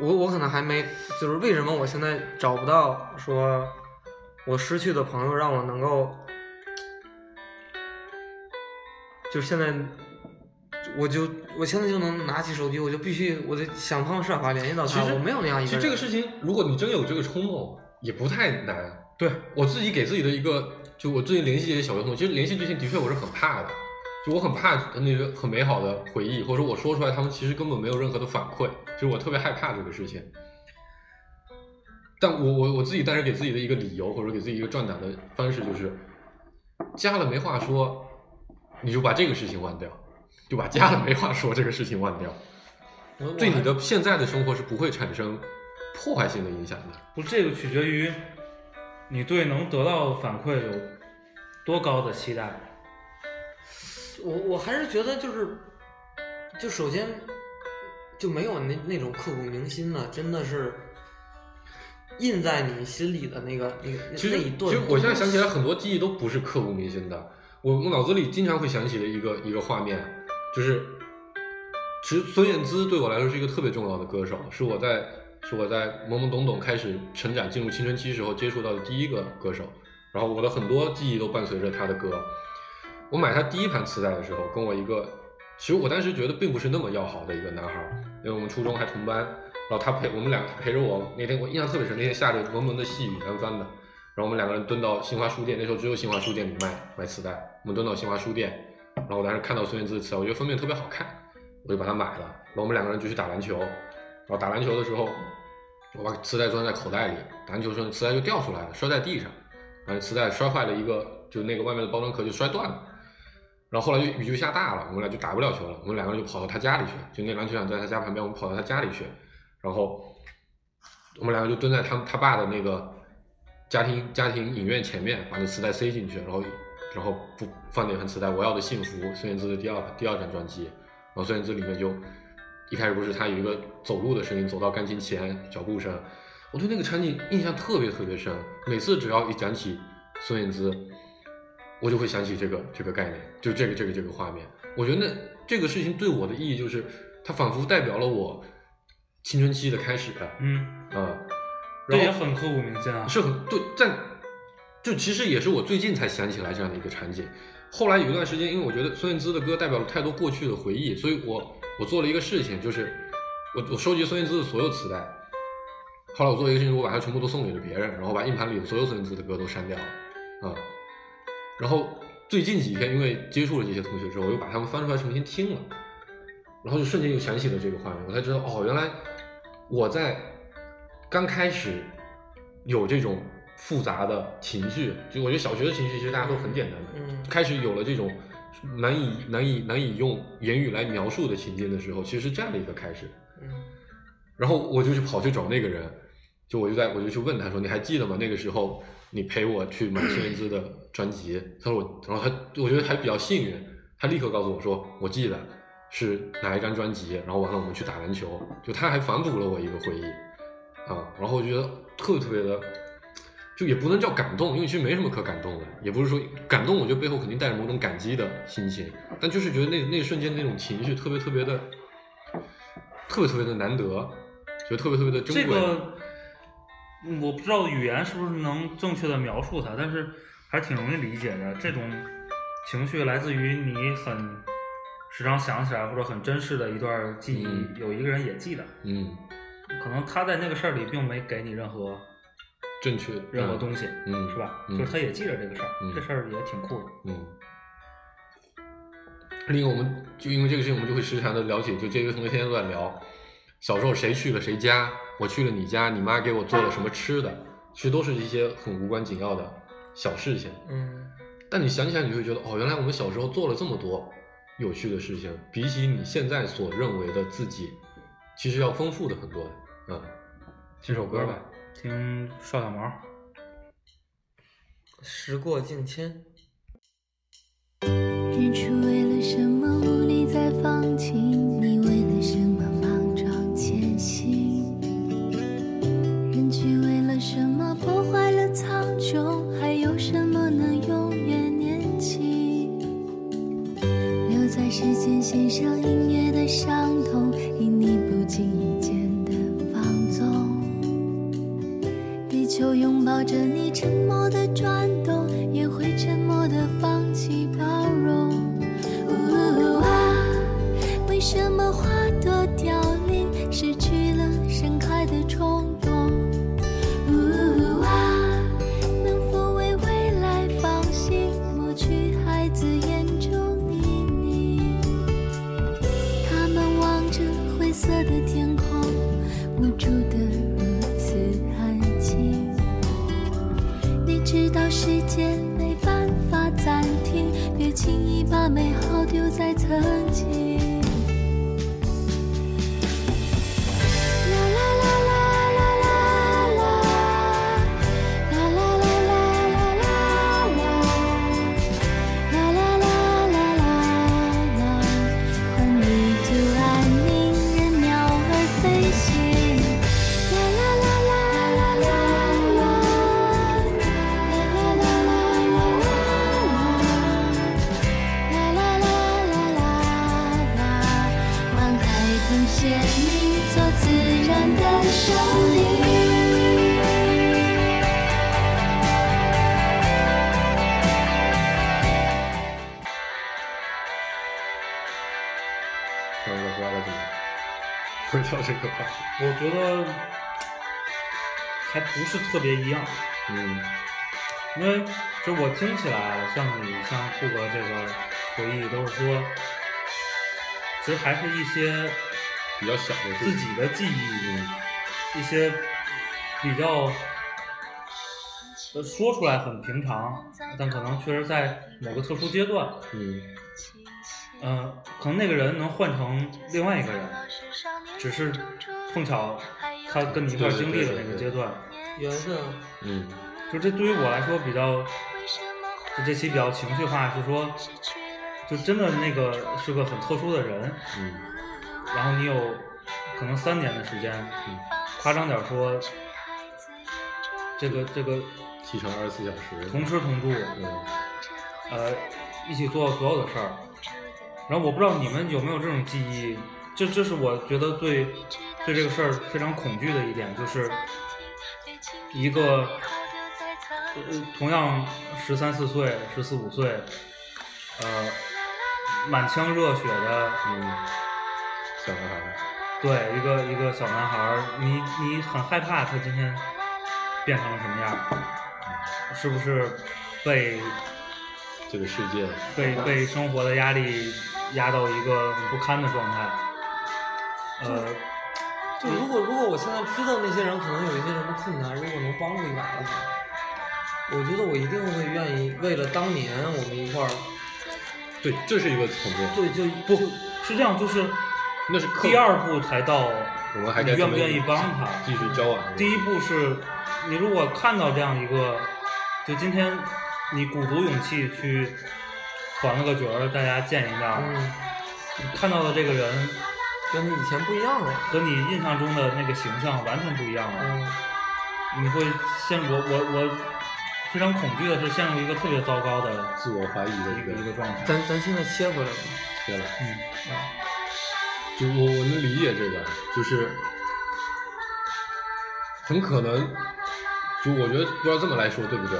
B: 我我可能还没，就是为什么我现在找不到说我失去的朋友，让我能够，就现在，我就我现在就能拿起手机，我就必须我得想方设法联系到
D: 其
B: 他，
D: 实
B: 我没有那样一
D: 其
B: 个
D: 实这
B: 人。
D: 个事情，如果你真有这个冲动，也不太难。
C: 对，
D: 我自己给自己的一个，就我最近联系这些小沟通，其实联系这些的确我是很怕的，就我很怕那些很美好的回忆，或者说我说出来，他们其实根本没有任何的反馈，就是我特别害怕这个事情。但我我我自己，但是给自己的一个理由，或者给自己一个壮胆的方式，就是加了没话说，你就把这个事情忘掉，就把加了没话说这个事情忘掉，
B: 我
D: 对你
B: 我
D: 的现在的生活是不会产生破坏性的影响的。
C: 不，这个取决于你对能得到反馈有多高的期待。
B: 我
D: 嗯
B: 我还是觉得就是，就首先就没有那那种刻骨铭心的，真的是印在你心里的那个那个那
D: 其
B: 那
D: 实
B: 一，
D: 其
B: 顿。
D: 实我现在想起来，很多记忆都不是刻骨铭心的。我我脑子里经常会想起的一个一个画面，就是，其实孙燕姿对我来说是一个特别重要的歌手，是我在是我在懵懵懂懂开始成长进入青春期时候接触到的第一个歌手，然后我的很多记忆都伴随着他的歌。我买他第一盘磁带的时候，跟我一个，其实我当时觉得并不是那么要好的一个男孩儿，因为我们初中还同班，然后他陪我们俩他陪着我，那天我印象特别深，那天下着蒙蒙的细雨，南方的，然后我们两个人蹲到新华书店，那时候只有新华书店里卖卖磁带，我们蹲到新华书店，然后我当时看到孙燕姿的磁带，我觉得封面特别好看，我就把它买了，然后我们两个人就去打篮球，然后打篮球的时候，我把磁带装在口袋里，打篮球的时候磁带就掉出来了，摔在地上，然后磁带摔坏了一个，就那个外面的包装壳就摔断了。然后后来就雨就下大了，我们俩就打不了球了，我们两个人就跑到他家里去，就那篮球场在他家旁边，我们跑到他家里去，然后我们两个就蹲在他他爸的那个家庭家庭影院前面，把那磁带塞进去，然后然后不放那盘磁带，《我要的幸福》，孙燕姿的第二第二张专辑，然后孙燕姿里面就一开始不是她有一个走路的声音，走到钢琴前脚步声，我对那个场景印象特别特别深，每次只要一讲起孙燕姿，我就会想起这个这个概念，就这个这个这个画面。我觉得那这个事情对我的意义就是，它仿佛代表了我青春期的开始啊、
C: 嗯，
D: 嗯
C: 这也
D: 然后
C: 很刻骨铭心啊。
D: 是很对，但就其实也是我最近才想起来这样的一个场景。后来有一段时间，因为我觉得孙燕姿的歌代表了太多过去的回忆，所以我我做了一个事情，就是我我收集孙燕姿的所有磁带。后来我做一个事情，我把它全部都送给了别人，然后把硬盘里的所有孙燕姿的歌都删掉了，啊、然后最近几天因为接触了这些同学之后，我又把他们翻出来重新听了，然后就瞬间又想起了这个画面，我才知道哦，原来我在刚开始有这种复杂的情绪，就我觉得小学的情绪其实大家都很简单的，
B: 嗯
D: 开始有了这种难以难以难以用言语来描述的情境的时候，其实是这样的一个开始。
B: 嗯
D: 然后我就去跑去找那个人，就我就在我就去问他说：“你还记得吗？那个时候你陪我去买孙燕姿的专辑。”他说我，然后他我觉得还比较幸运，他立刻告诉我说：“我记得是哪一张专辑。”然后完了我们去打篮球，就他还反哺了我一个回忆啊。然后我觉得特别特别的，就也不能叫感动，因为其实没什么可感动的，也不是说感动，我觉得背后肯定带着某种感激的心情，但就是觉得那那一瞬间那种情绪特别特别的，特别特别的难得，觉得特别特别的珍贵。
C: 这个嗯我不知道语言是不是能正确的描述它，但是还挺容易理解的。这种情绪来自于你很时常想起来或者很珍视的一段记忆，
D: 嗯
C: 有一个人也记得，
D: 嗯，
C: 可能他在那个事儿里并没给你任何
D: 正确
C: 任何
D: 嗯
C: 东西，
D: 嗯
C: 是吧？
D: 嗯
C: 就是他也记着这个事儿，
D: 嗯
C: 这事儿也挺酷的。
D: 嗯。另一个，我们就因为这个事情，我们就会时常的聊起，就这个同学天天都在聊，小时候谁去了谁家，我去了你家，你妈给我做了什么吃的，其实都是一些很无关紧要的小事情。
B: 嗯
D: 但你想起来，你就会觉得，哦，原来我们小时候做了这么多有趣的事情，比起你现在所认为的自己，其实要丰富的很多。嗯，听首歌吧。
C: 听邵小毛，
D: 嗯
B: 时过境迁，
E: 日出为了什么无力在放晴？你为了什么莽撞前行？人群为了什么破坏了苍穹？还有什么能永远年轻？留在时间线上隐约的伤痛，因你不经意间的放纵。地球拥抱着你沉默的转动，也会沉默的放弃包容。呜啊，为什么花朵凋零，失去了盛开的冲动？呜啊，能否为未来放心，抹去孩子眼中泥泞？他们望着灰色的天空，无助的如此安静。你知道时间没办法暂停，别轻易把美好丢在曾经。啦啦啦啦啦啦啦，啦啦啦啦啦啦啦。啦啦啦啦啦啦，欢你突然鸣人鸟儿飞行。啦啦啦啦啦啦啦，啦啦啦啦啦啦，啦啦啦啦啦啦，望海豚衔你走所自然的手里。
D: 跳这个花了怎么样？会跳这个花？
C: 我觉得还不是特别一样，
D: 嗯
C: 因为就我听起来啊，像你像顾哥这个回忆，都是说，其实还是一些，
D: 比较小的事
C: 自
D: 情
C: 己的记忆，一些比较呃说出来很平常，但可能确实在某个特殊阶段，
D: 嗯
C: 嗯、可能那个人能换成另外一个人，只是碰巧他跟你一块儿经历了那个阶段。
B: 缘分，
D: 嗯
C: 就这对于我来说比较，就这期比较情绪化，是说，就真的那个是个很特殊的人，
D: 嗯
C: 然后你有可能三年的时间，
D: 嗯，
C: 夸张点说，这个这个
D: 七乘二十四小时，
C: 同吃同住，
D: 嗯
C: 呃，一起做所有的事儿。然后我不知道你们有没有这种记忆，这这是我觉得对对这个事儿非常恐惧的一点，就是一个呃同样十三四岁、十四五岁，呃，满腔热血的，
D: 嗯，小男孩，
C: 对一个一个小男孩儿，你你很害怕他今天变成了什么样儿，是不是被
D: 这个世界，
C: 被被生活的压力压到一个很不堪的状态。呃，
B: 就如果如果我现在知道那些人可能有一些什么困难，如果能帮助一把的话，我觉得我一定会愿意为了当年我们一块儿，
D: 对，这是一个层面，
B: 对，就
C: 不是这样，就是
D: 那是客
C: 第二步才到
D: 我们还
C: 你
D: 该
C: 愿不愿意帮他。
D: 继续交往？
C: 第一，步是，你如果看到这样一个，就今天你鼓足勇气去团了个角儿，大家见一
D: 啊
C: 面，
B: 嗯，
C: 你看到的这个人
B: 跟以前不一样了，
C: 和你印象中的那个形象完全不一样了。
B: 嗯，
C: 你会陷入我我我非常恐惧的是陷入一个特别糟糕的
D: 自我怀疑的
C: 一
D: 一个
C: 个一个状态。
B: 咱咱现在切回来吧，
D: 对了，
C: 嗯，
B: 啊，
D: 就我我能理解这个，就是很可能，就我觉得不知道这么来说对不对？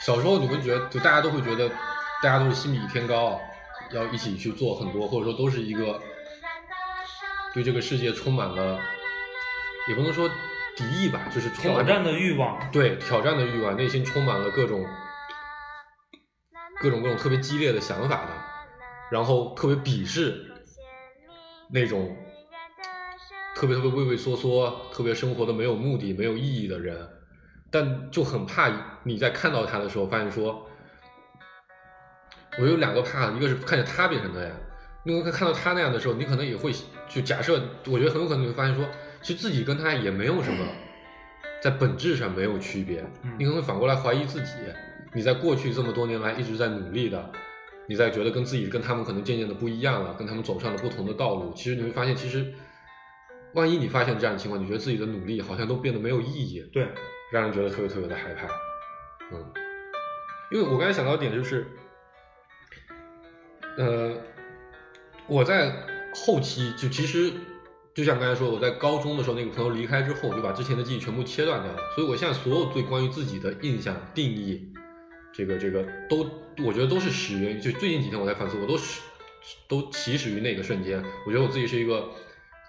D: 小时候你们觉得，就大家都会觉得，大家都是心比天高，要一起去做很多，或者说都是一个对这个世界充满了，也不能说敌意吧，就是充
C: 挑
D: 满
C: 战的欲望，
D: 对挑战的欲望，内心充满了各种各种各种特别激烈的想法的，然后特别鄙视那种特别特别畏畏缩缩、特别生活的没有目的、没有意义的人，但就很怕你在看到他的时候，发现说，我有两个怕，一个是看见他变成那样，另外看到他那样的时候，你可能也会就假设，我觉得很有可能你会发现说，其实自己跟他也没有什么，在本质上没有区别，
C: 嗯
D: 你可能会反过来怀疑自己，你在过去这么多年来一直在努力的。你在觉得跟自己跟他们可能渐渐的不一样了，跟他们走上了不同的道路，其实你会发现，其实万一你发现这样的情况，你觉得自己的努力好像都变得没有意义，
C: 对，
D: 让人觉得特别特别的害怕。嗯，因为我刚才想到一点就是，呃，我在后期就其实就像刚才说，我在高中的时候那个朋友离开之后，我就把之前的记忆全部切断掉了，所以我现在所有对关于自己的印象定义，这个这个都我觉得都是始源于，就最近几天我在反思，我都是都起始于那个瞬间。我觉得我自己是一个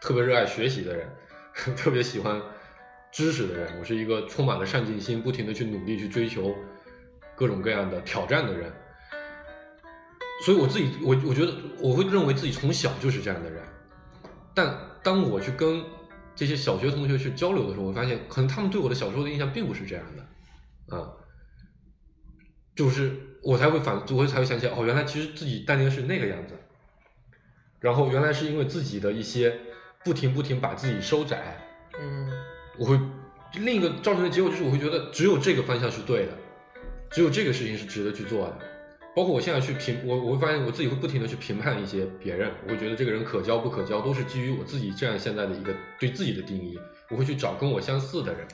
D: 特别热爱学习的人， 特别喜欢知识的人，我是一个充满了上进心，不停的去努力去追求各种各样的挑战的人。所以我自己，我我觉得我会认为自己从小就是这样的人，但当我去跟这些小学同学去交流的时候，我发现可能他们对我的小时候的印象并不是这样的，啊、就是我才会反，我才会想起来，哦，原来其实自己当年是那个样子，然后原来是因为自己的一些不停不停把自己收窄，
B: 嗯，
D: 我会另一个造成的结果就是我会觉得只有这个方向是对的，只有这个事情是值得去做的。包括我现在去评我，我会发现我自己会不停的去评判一些别人，我会觉得这个人可交不可交，都是基于我自己这样现在的一个对自己的定义，我会去找跟我相似的人，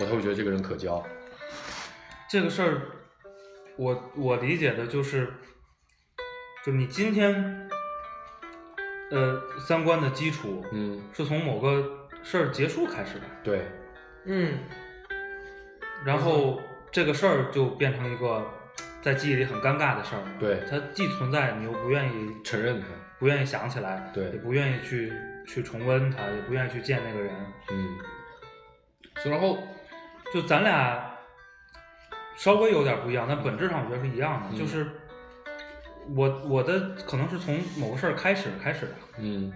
D: 我才会觉得这个人可交。
C: 这个事儿，我我理解的就是，就你今天呃三观的基础
D: 嗯，
C: 是从某个事儿结束开始的，
D: 对，
B: 嗯，
C: 然后这个事儿就变成一个在记忆里很尴尬的事儿。
D: 对
C: 它既存在，你又不愿意
D: 承认它，
C: 不愿意想起来，
D: 对
C: 也不愿意去去重温它，也不愿意去见那个人。
D: 嗯，所以然后
C: 就咱俩稍微有点不一样，但本质上我觉得是一样的，
D: 嗯
C: 就是我我的可能是从某个事儿开始开始的，
D: 嗯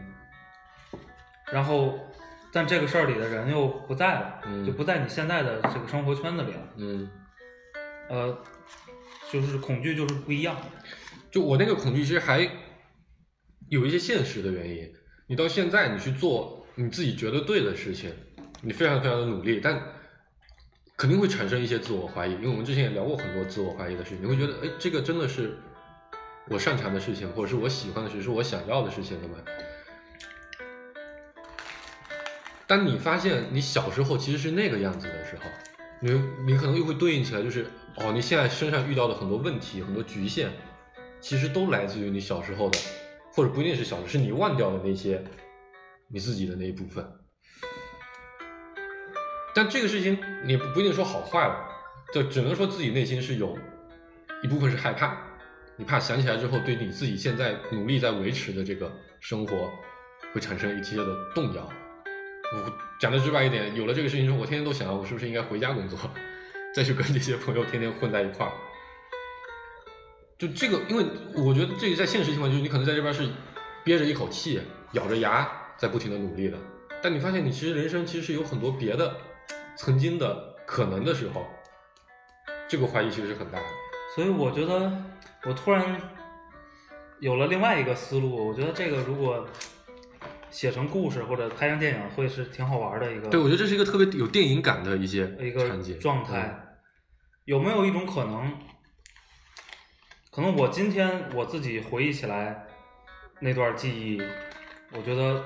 C: 然后但这个事儿里的人又不在了，
D: 嗯
C: 就不在你现在的这个生活圈子里了，
D: 嗯，
C: 呃，就是恐惧就是不一样，
D: 就我那个恐惧其实还有一些现实的原因。你到现在你去做你自己觉得对的事情，你非常非常的努力，但肯定会产生一些自我怀疑，因为我们之前也聊过很多自我怀疑的事情，你会觉得，哎，这个真的是我擅长的事情，或者是我喜欢的事情，是我想要的事情了吗？当你发现你小时候其实是那个样子的时候，你你可能又会对应起来，就是哦，你现在身上遇到的很多问题、很多局限，其实都来自于你小时候的，或者不一定是小时候，是你忘掉的那些你自己的那一部分。但这个事情你也不不一定说好坏了，就只能说自己内心是有一部分是害怕，你怕想起来之后对你自己现在努力在维持的这个生活会产生一些的动摇。我讲的直白一点，有了这个事情之后，我天天都想，我是不是应该回家工作，再去跟这些朋友天天混在一块儿？就这个，因为我觉得这个在现实情况就是你可能在这边是憋着一口气，咬着牙在不停的努力的，但你发现你其实人生其实是有很多别的曾经的可能的时候，这个怀疑其实是很大的。
C: 所以我觉得我突然有了另外一个思路，我觉得这个如果写成故事或者拍成电影，会是挺好玩的一个。
D: 对，我觉得这是一个特别有电影感的一些
C: 一个
D: 场景
C: 状态。，有没有一种可能，可能我今天我自己回忆起来那段记忆，我觉得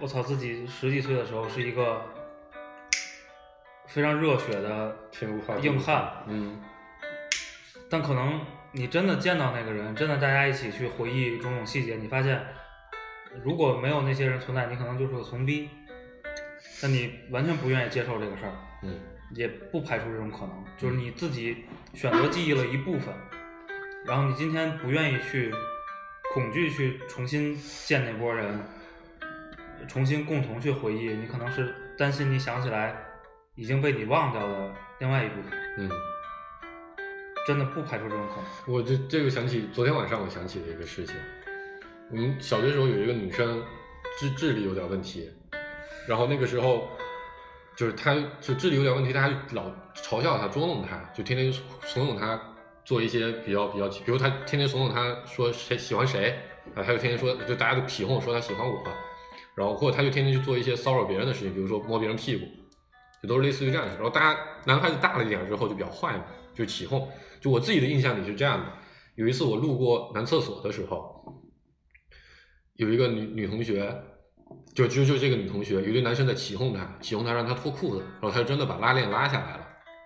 C: 我操，自己十几岁的时候是一个非常热血的
D: 天无话地
C: 硬汉，
D: 嗯
C: 但可能你真的见到那个人，真的大家一起去回忆种种细节，你发现如果没有那些人存在，你可能就是个怂逼，但你完全不愿意接受这个事儿。
D: 嗯
C: 也不排除这种可能，就是你自己选择记忆了一部分，然后你今天不愿意去恐惧去重新见那波人，重新共同去回忆，你可能是担心你想起来已经被你忘掉的另外一部分，
D: 嗯。
C: 真的不排除这种可能。
D: 我这这个想起昨天晚上我想起了一个事情，我们小学时候有一个女生智智力有点问题，然后那个时候就是她就智力有点问题，大家就老嘲笑她、捉弄她，就天天怂恿她做一些比较比较，比如她天天怂恿她说谁喜欢谁啊，她就天天说就大家都起哄说她喜欢我，然后或者她就天天去做一些骚扰别人的事情，比如说摸别人屁股，就都是类似于这样的。然后大家男孩子大了一点之后就比较坏嘛，就起哄。就我自己的印象里是这样的，有一次我路过男厕所的时候，有一个女女同学，就就就这个女同学，有一个男生在起哄她，起哄她让她脱裤子，然后她就真的把拉链拉下来了，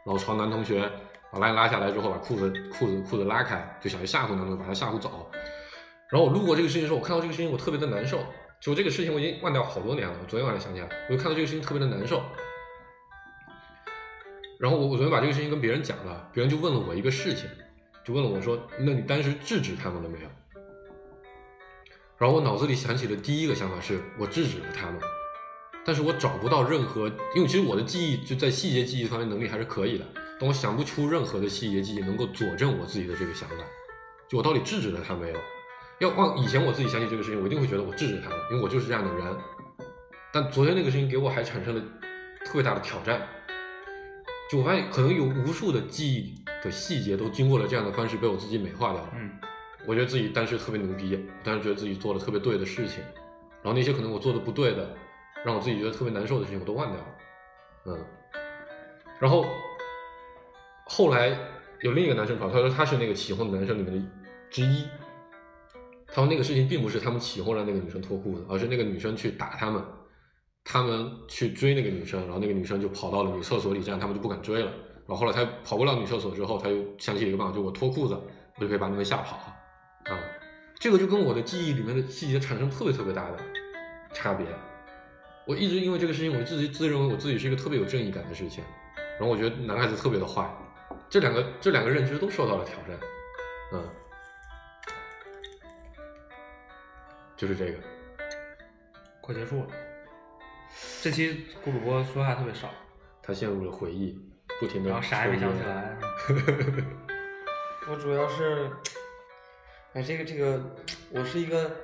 D: 然后朝男同学把拉链拉下来之后，把裤子裤子裤子拉开，就想去吓唬男同学，把他吓唬走。然后我路过这个事情的时候，我看到这个事情，我特别的难受。就这个事情我已经忘掉好多年了，我昨天晚上想起来，我就看到这个事情特别的难受。然后我我昨天把这个事情跟别人讲了，别人就问了我一个事情，就问了我说：“那你当时制止他们了没有？”然后我脑子里想起的第一个想法是我制止了他们，但是我找不到任何，因为其实我的记忆就在细节记忆方面能力还是可以的，但我想不出任何的细节记忆能够佐证我自己的这个想法，就我到底制止了他没有？要往以前我自己想起这个事情，我一定会觉得我制止他了，因为我就是这样的人。但昨天那个事情给我还产生了特别大的挑战，就我发现可能有无数的记忆的细节都经过了这样的方式被我自己美化掉了。
C: 嗯，
D: 我觉得自己当时特别牛逼，当时觉得自己做了特别对的事情，然后那些可能我做的不对的，让我自己觉得特别难受的事情，我都忘掉了。嗯，然后后来有另一个男生跑，他说他是那个起哄的男生里面的之一。他说那个事情并不是他们起哄让那个女生脱裤子，而是那个女生去打他们，他们去追那个女生，然后那个女生就跑到了女厕所里，这样他们就不敢追了。然后后来他跑不了女厕所之后，他又想起了一个办法，就我脱裤子，我就可以把他们吓跑啊。这个就跟我的记忆里面的细节产生特别特别大的差别。我一直因为这个事情，我自己自认为我自己是一个特别有正义感的事情，然后我觉得男孩子特别的坏，这两个这两个认知都受到了挑战，嗯，就是这个，
C: 快结束了。这期顾主播说话特别少，
D: 他陷入了回忆，不停的
C: 然后啥也没想起来。
B: 我主要是，哎，这个这个，我是一个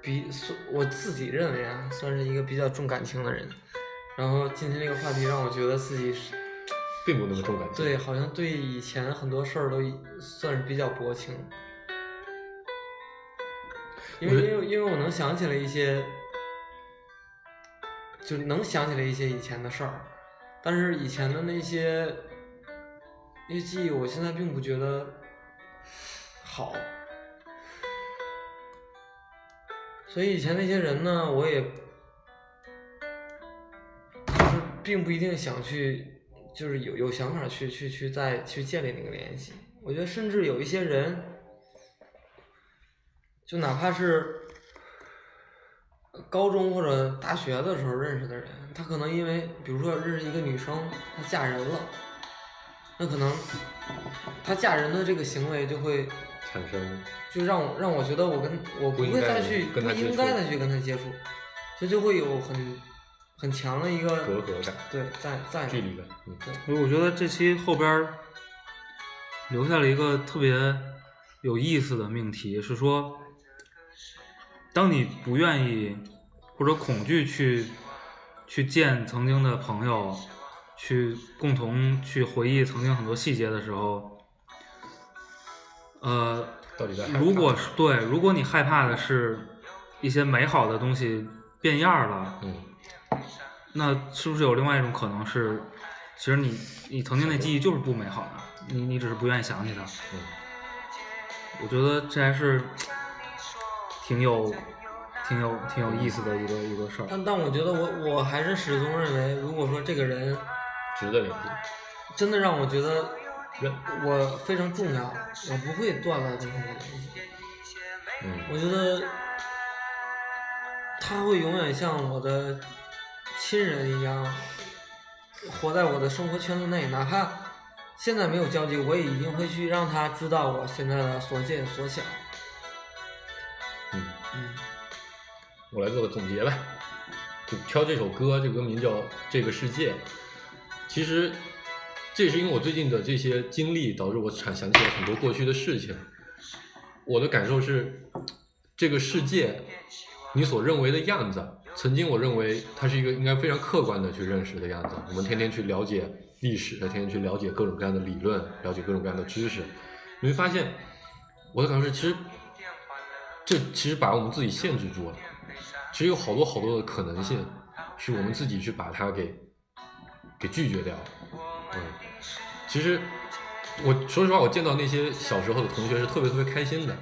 B: 比算我自己认为啊，算是一个比较重感情的人。然后今天这个话题让我觉得自己是
D: 并不那么重感情。
B: 对，好像对以前很多事儿都已算是比较薄情，因为
D: 我觉得
B: 因为因为我能想起来一些，就能想起来一些以前的事儿，但是以前的那些那些记忆，我现在并不觉得好，所以以前那些人呢，我也就是并不一定想去，就是有有想法去去去再去建立那个联系。我觉得甚至有一些人，就哪怕是高中或者大学的时候认识的人，他可能因为比如说认识一个女生，她嫁人了，那可能她嫁人的这个行为就会
D: 产生
B: 就让我让我觉得我跟我不
D: 不应
B: 会
D: 该
B: 再去
D: 跟他
B: 不
D: 接
B: 应
D: 触
B: 该再去跟他接触，这就会有很很强的一个
D: 隔阂感、
B: 对，在在
D: 距离感，嗯，
C: 所以我觉得这期后边儿留下了一个特别有意思的命题，是说，当你不愿意或者恐惧去去见曾经的朋友，去共同去回忆曾经很多细节的时候，呃，
D: 到底在害怕
C: 如果是对，如果你害怕的是一些美好的东西变样儿了，
D: 嗯，
C: 那是不是有另外一种可能是，其实你你曾经的记忆就是不美好的，你你只是不愿意想起它。
D: 嗯，
C: 我觉得这还是挺有、挺有、挺有意思的一个一个事儿。
B: 但但我觉得我我还是始终认为，如果说这个人
D: 值得联系，
B: 真的让我觉得
D: 认，
B: 我非常重要，我不会断了跟他的联系。
D: 嗯
B: 我觉得他会永远像我的亲人一样，活在我的生活圈子内，哪怕现在没有交集，我也一定会去让他知道我现在的所见所想。
D: 嗯。
B: 嗯，
D: 我来做个总结吧，就挑这首歌，这个歌名叫《这个世界》。其实，这也是因为我最近的这些经历，导致我产想起了很多过去的事情。我的感受是，这个世界，你所认为的样子，曾经我认为它是一个应该非常客观的去认识的样子。我们天天去了解历史，天天去了解各种各样的理论，了解各种各样的知识，你会发现，我的感受是，其实这其实把我们自己限制住了。其实有好多好多的可能性，是我们自己去把它给给拒绝掉。嗯，其实我说实话，我见到那些小时候的同学是特别特别开心的。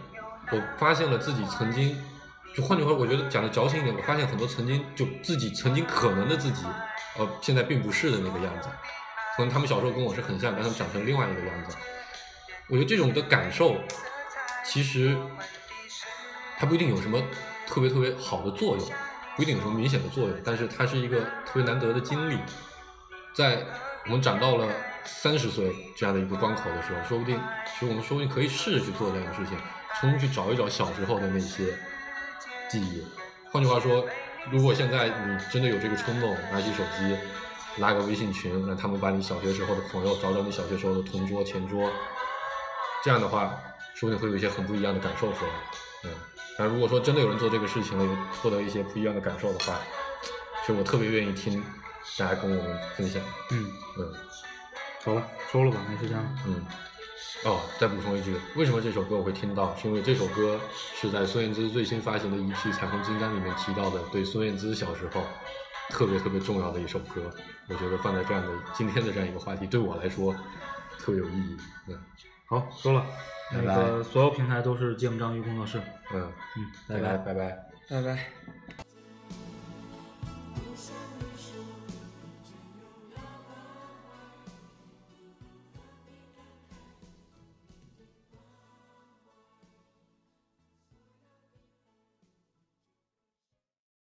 D: 我发现了自己曾经，就换句话，我觉得讲的矫情一点，我发现很多曾经就自己曾经可能的自己，呃，现在并不是的那个样子。可能他们小时候跟我是很像，但他们长成另外一个样子。我觉得这种的感受，其实它不一定有什么特别特别好的作用，不一定有什么明显的作用，但是它是一个特别难得的经历。在我们长到了三十岁这样的一个关口的时候，说不定，其实我们说不定可以试着去做这样的事情，重新去找一找小时候的那些记忆。换句话说，如果现在你真的有这个冲动，拿起手机，拉个微信群，让他们把你小学时候的朋友找找你小学时候的同桌、前桌，这样的话，说不定会有一些很不一样的感受出来。嗯，但如果说真的有人做这个事情了，有获得一些不一样的感受的话，其实我特别愿意听大家跟我们分享。
C: 嗯，
D: 嗯
C: 走了，收了吧，没时间了。
D: 嗯。哦，再补充一句，为什么这首歌我会听到？是因为这首歌是在孙燕姿最新发行的一批《彩虹金刚》里面提到的，对孙燕姿小时候特别特别重要的一首歌。我觉得放在这样的今天的这样一个话题，对我来说特别有意义。嗯
C: 好，收了。
D: 拜
C: 那个所有平台都是芥末章鱼工作室。
D: 嗯
C: 嗯，
D: 拜
C: 拜
D: 拜拜拜。
B: 拜拜。
C: 拜